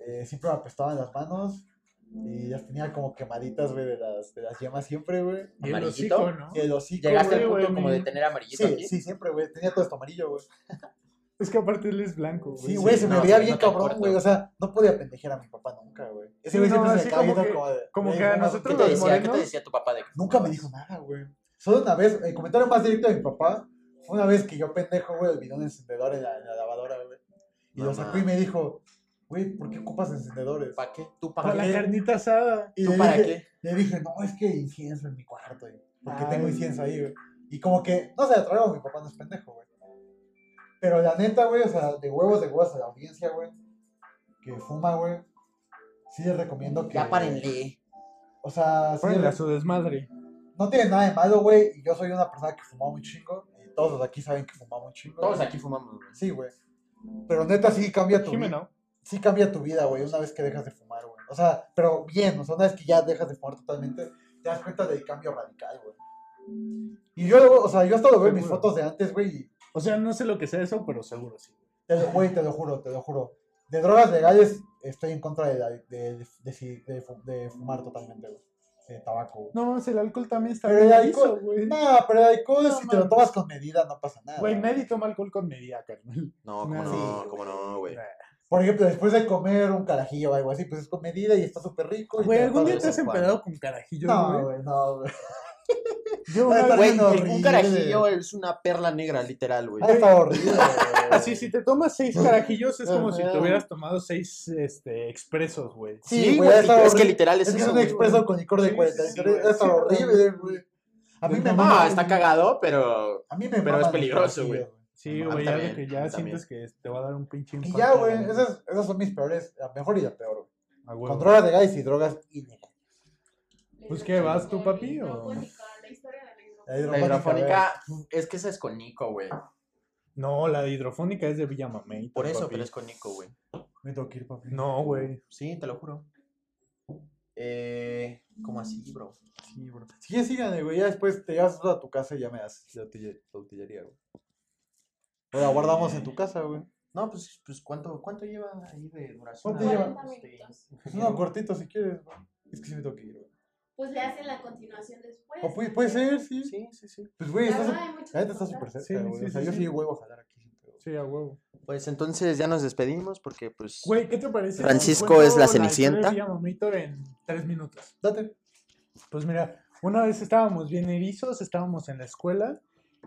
Speaker 5: Eh, siempre me apestaban las manos y las tenía como quemaditas, güey, de las, de las yemas siempre, güey.
Speaker 6: Y el
Speaker 4: Amarillito.
Speaker 6: hocico, ¿no?
Speaker 5: Y el hocico,
Speaker 4: ¿Llegaste
Speaker 5: güey.
Speaker 4: al punto
Speaker 6: güey,
Speaker 4: como
Speaker 6: mi-
Speaker 4: de tener amarillito
Speaker 5: Sí,
Speaker 4: aquí?
Speaker 5: sí, siempre, güey. Tenía todo esto amarillo, güey.
Speaker 6: Es que aparte él es blanco, güey.
Speaker 5: Sí, güey, se me
Speaker 4: no,
Speaker 5: veía
Speaker 4: sí,
Speaker 5: bien
Speaker 4: no te
Speaker 5: cabrón,
Speaker 4: acuerdo.
Speaker 5: güey. O sea, no podía pendejear a mi papá nunca, güey. Ese
Speaker 6: Sí,
Speaker 5: güey
Speaker 6: no,
Speaker 5: siempre se me
Speaker 6: así
Speaker 5: caía
Speaker 6: como
Speaker 5: viendo
Speaker 6: que-
Speaker 5: como de...
Speaker 6: como
Speaker 5: "Güey,
Speaker 6: que a
Speaker 5: no
Speaker 4: ¿Qué
Speaker 5: mames,
Speaker 6: nosotros
Speaker 5: ¿qué
Speaker 4: te
Speaker 6: los
Speaker 5: te decía?".
Speaker 4: decía, ¿Qué te
Speaker 6: morenos-
Speaker 4: decía tu papá de que
Speaker 5: Nunca me dijo nada, güey. Solo una vez, el comentario más directo de mi papá fue una vez que yo pendejo, güey, olvidé un encendedor en la, en la lavadora, güey. Y lo
Speaker 4: Mamá.
Speaker 5: sacó y me dijo, güey, ¿por qué ocupas encendedores?
Speaker 4: ¿Para qué? ¿Tú
Speaker 6: Para
Speaker 4: para
Speaker 6: la
Speaker 4: qué?
Speaker 6: carnita asada.
Speaker 5: Y
Speaker 4: ¿Tú
Speaker 5: le
Speaker 4: para
Speaker 5: dije-
Speaker 4: qué? Ah.
Speaker 5: Le dije, no, es que incienso en mi cuarto, güey, porque
Speaker 6: Ay.
Speaker 5: tengo incienso ahí, güey. Y como que, no se la traigo, mi papá no es pendejo, güey. Pero la neta, güey, o sea, de huevos, de huevos a la audiencia, güey, que fuma, güey, sí les recomiendo que...
Speaker 4: Ya párenle.
Speaker 5: O sea, sí
Speaker 6: Pónganle a
Speaker 5: les-
Speaker 6: su desmadre.
Speaker 5: no tiene nada de malo, güey, y yo soy una persona que fuma un chingo, y todos los de aquí saben que fumaba un chingo.
Speaker 4: Todos
Speaker 5: güey.
Speaker 4: aquí fumamos. güey.
Speaker 5: Sí, güey. Pero neta, sí cambia tu vida.
Speaker 6: Jimeno.
Speaker 5: Sí cambia tu vida, güey, una vez que dejas de fumar, güey. O sea, pero bien, o sea, una vez que ya dejas de fumar totalmente, te das cuenta del cambio radical, güey. Y yo, luego, o sea, yo hasta lo veo en mis
Speaker 6: Seguro.
Speaker 5: fotos de antes, güey, y
Speaker 6: O sea, no sé lo que sea eso, pero seguro sí.
Speaker 5: te lo- Güey, te lo juro, te lo juro. De drogas legales estoy en contra de, la- de, de, de si- de fu- de fumar totalmente, güey. De tabaco. güey.
Speaker 6: No mames, el alcohol también está
Speaker 5: Pero el
Speaker 6: bien hizo,
Speaker 5: alcohol-
Speaker 6: güey.
Speaker 5: No, pero el alcohol,
Speaker 6: No,
Speaker 5: si te lo
Speaker 6: mames.
Speaker 5: tomas con medida, no pasa nada.
Speaker 6: Güey, nadie toma alcohol con medida, carnal.
Speaker 2: No, cómo
Speaker 6: Nah,
Speaker 2: no,
Speaker 6: sí,
Speaker 2: cómo no, güey.
Speaker 6: Nah.
Speaker 5: Por ejemplo, después de comer un carajillo o algo así, pues es con medida y está súper rico. y
Speaker 6: Güey,
Speaker 5: te lo
Speaker 6: algún día
Speaker 5: tomas.
Speaker 6: te has
Speaker 2: en cuando.
Speaker 6: empedado con carajillo,
Speaker 5: No,
Speaker 6: güey.
Speaker 5: güey, no, güey.
Speaker 6: Yo
Speaker 5: Ah,
Speaker 6: una
Speaker 2: Güey,
Speaker 6: vez-
Speaker 5: Güey, no,
Speaker 2: un
Speaker 5: horrible.
Speaker 2: carajillo es una perla negra, literal, güey.
Speaker 5: Ahí está horrible, güey.
Speaker 6: Así, si te tomas seis carajillos, es como si te hubieras tomado seis este, expresos, güey.
Speaker 5: Sí, güey,
Speaker 2: güey, es
Speaker 5: está
Speaker 2: que
Speaker 5: horrible.
Speaker 2: literal es,
Speaker 5: Es que es
Speaker 2: eso,
Speaker 5: un
Speaker 2: güey.
Speaker 5: expreso con licor
Speaker 6: Sí,
Speaker 5: de 40.
Speaker 6: sí, sí,
Speaker 5: entonces,
Speaker 6: güey,
Speaker 5: está
Speaker 6: sí,
Speaker 5: horrible, güey. A mí me
Speaker 6: No,
Speaker 5: mama.
Speaker 2: No, está cagado, pero
Speaker 5: A mí me
Speaker 2: pero
Speaker 5: maman
Speaker 2: es
Speaker 5: los
Speaker 2: peligroso,
Speaker 5: carajillos,
Speaker 2: güey.
Speaker 6: Sí,
Speaker 2: A mí
Speaker 6: güey, ya de
Speaker 2: también,
Speaker 6: que
Speaker 2: a
Speaker 6: ya
Speaker 2: mí también.
Speaker 6: sientes que te va a dar un pinche
Speaker 5: Y
Speaker 6: infarto.
Speaker 5: ya, güey,
Speaker 6: ¿no?
Speaker 5: esas, esas son mis peores, la mejor y la peor. güey.
Speaker 6: A huevo.
Speaker 5: Con drogas legales y drogas ilegales.
Speaker 6: Pues, ¿qué, vas tú, papi, o-
Speaker 7: La historia de la
Speaker 5: La
Speaker 7: hidropónica.
Speaker 2: la
Speaker 5: hidropónica,
Speaker 2: hidrofónica es que esa es con Nico, güey.
Speaker 6: No, la hidrofónica es de Villa Mamey.
Speaker 2: Por eso,
Speaker 6: papi.
Speaker 2: pero es con Nico, güey.
Speaker 5: güey. Me tengo que ir, papi.
Speaker 6: No, güey.
Speaker 2: Sí, te lo juro. Eh, ¿cómo así, bro?
Speaker 5: Sí, bro. Si quieres, síganle, güey. Ya después te llevas a tu casa y ya me das la utille- la utilería, güey. O la guardamos en tu casa, güey.
Speaker 2: No, pues, pues ¿cuánto, ¿cuánto lleva ahí de duración? Ah, pues, este,
Speaker 5: ¿Cuánto lleva?
Speaker 7: 40 minutos.
Speaker 5: Es uno cortito si quieres, güey. Es que sí me tengo que ir, güey.
Speaker 7: Pues le hacen la continuación después.
Speaker 5: O puede, puede ser, sí.
Speaker 2: Sí, sí, sí.
Speaker 5: Pues, güey,
Speaker 7: La
Speaker 5: estás.
Speaker 7: verdad, hay mucho
Speaker 5: La
Speaker 7: que
Speaker 5: neta está
Speaker 7: contar.
Speaker 5: súper cerca,
Speaker 6: Sí,
Speaker 5: güey.
Speaker 6: sí,
Speaker 5: o sea,
Speaker 6: sí,
Speaker 5: yo
Speaker 6: sí.
Speaker 5: sí, güey, voy a jalar aquí. siempre, güey.
Speaker 6: Sí, a huevo.
Speaker 2: Pues entonces ya nos despedimos porque pues...
Speaker 6: Güey, ¿qué te parece? si
Speaker 2: Francisco
Speaker 6: cuento
Speaker 2: es la
Speaker 6: historia de
Speaker 2: Cenicienta.
Speaker 6: Villa Mameytor en tres minutos.
Speaker 5: Date.
Speaker 6: Pues mira, una vez estábamos bien erizos, estábamos en la escuela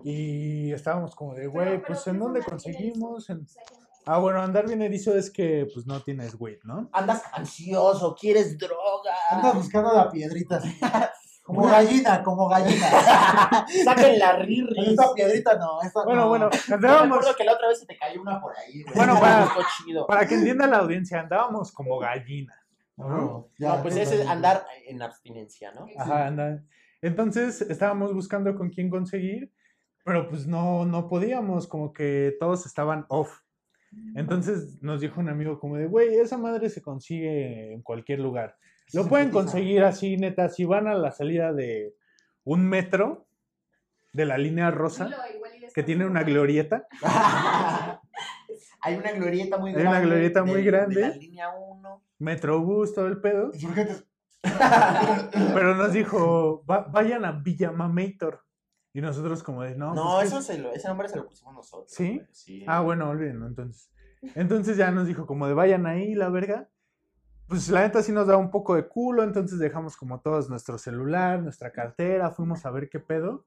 Speaker 6: y estábamos como de, güey,
Speaker 7: pero
Speaker 6: pues
Speaker 7: ¿qué
Speaker 6: ¿en
Speaker 7: es
Speaker 6: dónde
Speaker 7: andar bien
Speaker 6: conseguimos? En-
Speaker 7: O sea, que-
Speaker 6: Ah, bueno, andar bien erizo es que pues no tienes weed, ¿no?
Speaker 4: Andas ansioso, quieres droga.
Speaker 5: Andas buscando la piedrita. así. Como gallina, como gallina.
Speaker 4: Saquen la rirris.
Speaker 5: Esta piedrita no. Esta
Speaker 6: Bueno,
Speaker 5: no.
Speaker 6: bueno,
Speaker 4: Yo me
Speaker 6: andábamos,
Speaker 4: acuerdo que la otra vez se te cayó una por ahí, güey.
Speaker 6: Bueno,
Speaker 4: Me
Speaker 6: para-
Speaker 4: gustó chido.
Speaker 6: para que entienda la audiencia, andábamos como gallina.
Speaker 5: No, ya,
Speaker 4: No, pues
Speaker 5: ya,
Speaker 4: ese es
Speaker 5: ya.
Speaker 4: andar en abstinencia, ¿no?
Speaker 6: Ajá, anda. Entonces estábamos buscando con quién conseguir, pero pues no, no podíamos, como que todos estaban off. Entonces nos dijo un amigo como de, güey, esa madre se consigue en cualquier lugar. Lo
Speaker 5: Se
Speaker 6: pueden
Speaker 5: cotiza.
Speaker 6: conseguir así, neta, si van a la salida de un metro de la línea rosa,
Speaker 7: Dilo, igual y después
Speaker 6: que tiene
Speaker 7: lo
Speaker 6: una
Speaker 7: cuento.
Speaker 6: glorieta.
Speaker 4: Hay una glorieta muy
Speaker 6: Hay
Speaker 4: grande.
Speaker 6: una glorieta muy
Speaker 4: de-
Speaker 6: grande.
Speaker 4: De la línea 1.
Speaker 6: Metrobús, todo el pedo.
Speaker 5: Insurgentes.
Speaker 6: Pero nos dijo, "Va- vayan a Villa Mameytor. Y nosotros como de, no,
Speaker 4: No,
Speaker 6: pues, ¿qué
Speaker 4: eso se lo, ese nombre se lo pusimos nosotros.
Speaker 6: ¿Sí?
Speaker 4: güey, Sí.
Speaker 6: Ah, bueno, olvídenlo entonces. Entonces ya nos dijo como de vayan ahí, la verga. Pues la neta sí nos da un poco de culo, entonces dejamos como todos nuestro celular, nuestra cartera, fuimos a ver qué pedo.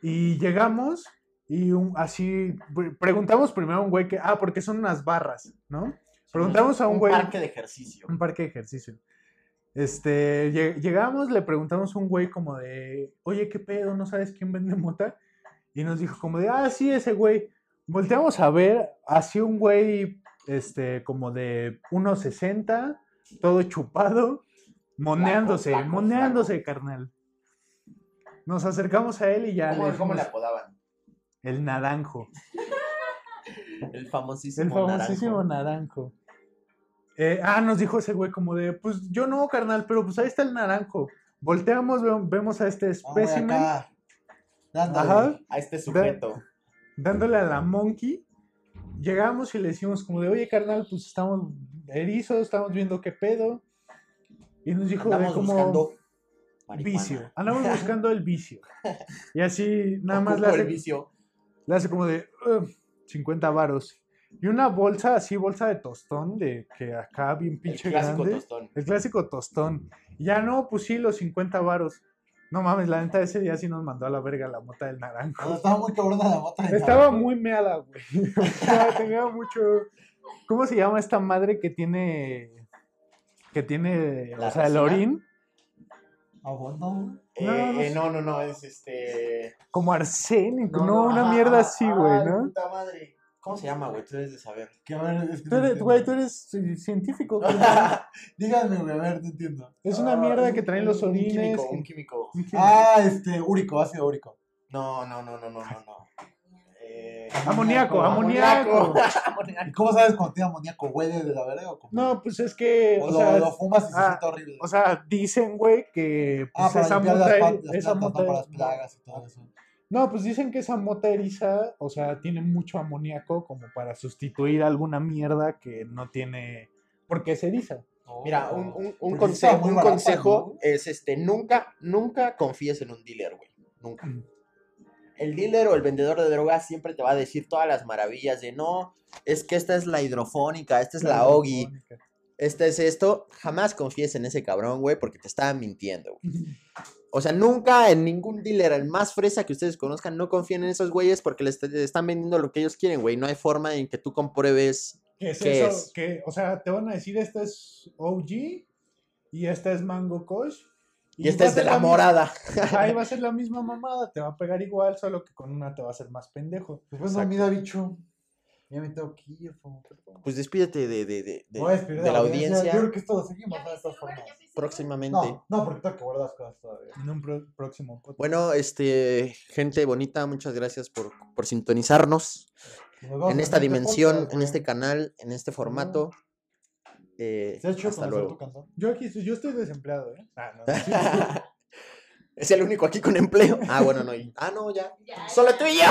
Speaker 6: Y llegamos y un- así pre- preguntamos primero a un güey que, ah, porque son unas barras, ¿no? pues Preguntamos a un güey, Mm,
Speaker 4: parque de ejercicio.
Speaker 6: un parque de ejercicio. Este, lle- llegamos, le preguntamos a un güey como de, oye, ¿qué pedo? ¿No sabes quién vende mota? Y nos dijo como de, ah, sí, ese güey. Volteamos a ver, así un güey, este, como de 1,60, todo chupado, moneándose,
Speaker 4: Flaco, flaco,
Speaker 6: moneándose, carnal. Nos acercamos a él y ya le
Speaker 4: ¿Cómo, cómo
Speaker 6: dijimos,
Speaker 4: le apodaban?
Speaker 6: el naranjo.
Speaker 4: El famosísimo.
Speaker 6: El famosísimo
Speaker 4: naranjo.
Speaker 6: naranjo. Eh, ah, nos dijo ese güey como de, pues yo no, carnal, pero pues ahí está el naranjo. Volteamos, ve- vemos a este
Speaker 5: Ah, güey,
Speaker 6: espécimen
Speaker 5: acá. Dándole.
Speaker 6: ajá,
Speaker 4: A este sujeto.
Speaker 6: dándole a la monkey. Llegamos y le decimos como de, oye, carnal, pues estamos erizos, estamos viendo qué pedo. Y nos dijo de
Speaker 5: Andamos
Speaker 6: como
Speaker 5: buscando.
Speaker 4: marihuana.
Speaker 6: vicio. Andamos buscando el vicio. Y así nada más le
Speaker 4: Ocupo el
Speaker 6: hace
Speaker 4: vicio.
Speaker 6: le hace como de "Ugh, 50 varos. Y una bolsa así, bolsa de tostón, de que acá bien
Speaker 4: El
Speaker 6: pinche
Speaker 4: clásico
Speaker 6: grande.
Speaker 4: tostón.
Speaker 6: El clásico tostón. Y ya no, pues sí, los 50 varos. No mames, la neta ese día sí nos mandó a la verga la mota del naranjo.
Speaker 5: Cuando estaba muy cabrona la bota. de
Speaker 6: Estaba
Speaker 5: Naranjo.
Speaker 6: muy meada, güey. O sea, tenía mucho. ¿Cómo se llama esta madre que tiene. que tiene.
Speaker 4: ¿La
Speaker 6: o sea, el
Speaker 4: resina?
Speaker 6: orín?
Speaker 5: Ah, Abono.
Speaker 4: Eh,
Speaker 6: No, no
Speaker 4: eh,
Speaker 6: sé.
Speaker 4: no, no, no, es este.
Speaker 6: Como arsénico. No,
Speaker 4: No, no,
Speaker 6: una
Speaker 4: ah,
Speaker 6: mierda así, güey,
Speaker 4: ay,
Speaker 6: ¿no?
Speaker 4: puta madre. ¿Cómo se llama, güey? Tú debes de saber.
Speaker 5: Que a ver, es que
Speaker 6: Tú
Speaker 5: no
Speaker 6: eres,
Speaker 5: entiendo.
Speaker 6: güey, tú eres eh, científico. güey.
Speaker 5: Díganme, güey, a ver, no entiendo.
Speaker 6: Es una
Speaker 4: Ah,
Speaker 6: mierda
Speaker 4: un-
Speaker 6: que traen los
Speaker 4: un- Un
Speaker 6: orines. Ah,
Speaker 4: químico, un químico.
Speaker 6: que-
Speaker 5: Ah, este, úrico, ácido úrico.
Speaker 4: No, no, no, no, no, no, no. Eh,
Speaker 6: Amoníaco, amoníaco.
Speaker 5: Ah, amoníaco. ¿Y cómo sabes cuando tiene amoníaco? ¿Huele de la verga o cómo?
Speaker 6: No, pues es que,
Speaker 5: O
Speaker 6: o
Speaker 5: lo,
Speaker 6: sea,
Speaker 5: lo fumas y se
Speaker 6: ah,
Speaker 5: siente horrible.
Speaker 6: o sea, dicen, güey, que
Speaker 5: ah,
Speaker 6: pues,
Speaker 5: para
Speaker 6: esa
Speaker 5: limpiar las,
Speaker 6: mota,
Speaker 5: pla- las
Speaker 6: esa
Speaker 5: plantas,
Speaker 6: mota-
Speaker 5: no para las plagas y todo eso.
Speaker 6: No, pues dicen que esa mota eriza, o sea, tiene mucho amoníaco como para sustituir alguna mierda que no tiene. Porque se eriza.
Speaker 4: Mira, un, un,
Speaker 5: Pues
Speaker 4: un
Speaker 6: Pues
Speaker 5: Porque sí estaba
Speaker 4: consejo,
Speaker 5: muy
Speaker 4: un
Speaker 5: barata,
Speaker 4: consejo
Speaker 5: ¿no?
Speaker 4: es este, nunca, nunca confíes en un dealer, güey. Nunca.
Speaker 6: Mm.
Speaker 4: El dealer o el vendedor de drogas siempre te va a decir todas las maravillas de no, es que esta es la hidrofónica, esta es la Ogi, esta Este es esto. Jamás confíes en ese cabrón, güey, porque te estaba mintiendo, güey. O sea, nunca en ningún dealer, el más fresa que ustedes conozcan, no confíen en esos güeyes porque les, les están vendiendo lo que ellos quieren, güey. No hay forma en que tú compruebes
Speaker 6: ¿Qué es
Speaker 4: ¿Qué
Speaker 6: eso?
Speaker 4: es?
Speaker 6: Que, o sea, te van a decir, esta es OG y esta es Mango Kosh.
Speaker 4: y esta
Speaker 6: va a
Speaker 4: es de
Speaker 6: ser
Speaker 4: la
Speaker 6: mi-
Speaker 4: morada.
Speaker 6: Ahí va a ser la misma mamada, te va a pegar igual, solo que con una te va a hacer más pendejo.
Speaker 5: Pues bueno, mira, bicho. Ya me tengo que ir. Como...
Speaker 4: Pues despídete de, de, de, de-
Speaker 5: Voy a despedir
Speaker 4: de la
Speaker 5: Yo
Speaker 4: audiencia
Speaker 5: creo que esto lo seguimos,
Speaker 7: Ya
Speaker 5: ¿no? De
Speaker 7: ves el
Speaker 5: todas
Speaker 7: lugar,
Speaker 5: formas.
Speaker 7: ya ves el lugar.
Speaker 4: próximamente.
Speaker 5: No, no, porque tengo que guardar las cosas todavía.
Speaker 6: En un pro- próximo podcast.
Speaker 4: Bueno, este, gente bonita, muchas gracias por, por sintonizarnos
Speaker 5: Y nos vemos
Speaker 4: en esta
Speaker 5: el siguiente
Speaker 4: dimensión,
Speaker 5: podcast,
Speaker 4: en
Speaker 5: güey.
Speaker 4: este canal, en este formato. Eh,
Speaker 5: ¿Se ha hecho
Speaker 4: hasta
Speaker 5: conocer
Speaker 4: luego.
Speaker 5: tu canción?
Speaker 6: Yo aquí estoy- yo estoy desempleado, ¿eh? Ah, no. sí.
Speaker 4: es el único aquí con empleo. Ah, bueno, no. y- Ah, no, ya.
Speaker 7: Ya,
Speaker 4: Solo
Speaker 7: ya.
Speaker 4: tú y yo.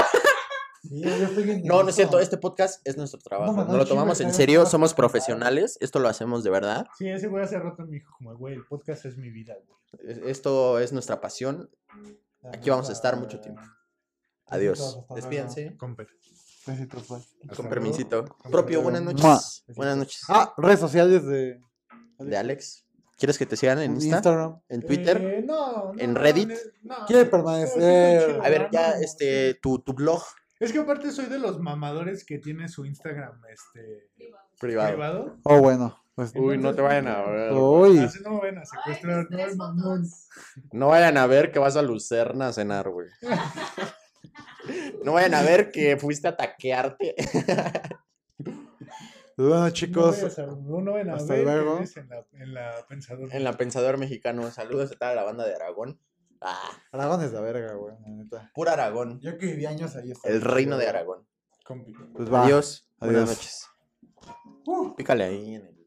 Speaker 5: Sí, yo estoy bien.
Speaker 4: No, no es cierto.
Speaker 5: nervioso.
Speaker 4: Este podcast es nuestro trabajo.
Speaker 5: No,
Speaker 4: No,
Speaker 5: no,
Speaker 4: lo
Speaker 5: chido,
Speaker 4: tomamos en
Speaker 5: está
Speaker 4: serio.
Speaker 5: bien.
Speaker 4: Somos profesionales. Esto lo hacemos de verdad.
Speaker 6: Sí, ese güey hace rato me dijo, como, güey, el podcast es mi vida, güey.
Speaker 4: Es- Esto es nuestra pasión. Aquí vamos a estar mucho tiempo. Adiós.
Speaker 5: Hasta luego.
Speaker 4: Despídense.
Speaker 6: Compa.
Speaker 5: Besitos, bye.
Speaker 4: Con
Speaker 6: luego.
Speaker 4: permisito.
Speaker 6: Con
Speaker 4: Propio,
Speaker 6: permiso.
Speaker 4: buenas
Speaker 5: Mua.
Speaker 4: noches. Buenas noches.
Speaker 5: Ah, redes sociales de
Speaker 4: De Alex. ¿Quieres que te sigan en Insta?
Speaker 5: Instagram.
Speaker 4: ¿En Twitter?
Speaker 6: Eh, no, no,
Speaker 4: ¿En Reddit?
Speaker 6: no.
Speaker 5: Quiere permanecer.
Speaker 6: Sí, sí, sí,
Speaker 4: A ver, ya,
Speaker 5: Eh.
Speaker 6: no, no,
Speaker 4: este,
Speaker 6: sí.
Speaker 4: tu, tu blog
Speaker 6: Es que aparte soy de los mamadores que tiene su Instagram, este...
Speaker 4: privado.
Speaker 6: Privado.
Speaker 5: Oh, bueno. Pues,
Speaker 6: Uy, no te
Speaker 1: vayan a
Speaker 5: uy.
Speaker 6: Así no me van a
Speaker 7: Ay,
Speaker 6: secuestrar,
Speaker 7: mis
Speaker 6: no
Speaker 7: tres
Speaker 6: el mamón.
Speaker 7: fotos.
Speaker 4: No vayan a ver que vas a Lucerna a cenar, güey. No vayan a ver que fuiste a taquearte.
Speaker 5: Bueno,
Speaker 6: no,
Speaker 5: chicos.
Speaker 6: vayas a- no, no ven a
Speaker 5: hasta
Speaker 6: ver que
Speaker 5: luego.
Speaker 6: ves en la, en la pensadora.
Speaker 4: En la Pensador Mexicano, saludos a toda la banda de Aragón. Ah,
Speaker 5: Aragón es la verga, güey, la neta.
Speaker 4: pura Aragón.
Speaker 5: Yo que viví años ahí. está
Speaker 4: El
Speaker 5: chido,
Speaker 4: reino de
Speaker 5: güey.
Speaker 4: Aragón.
Speaker 5: Pues va.
Speaker 4: Adiós. Buenas
Speaker 5: Adiós.
Speaker 4: noches. Pícale ahí en el.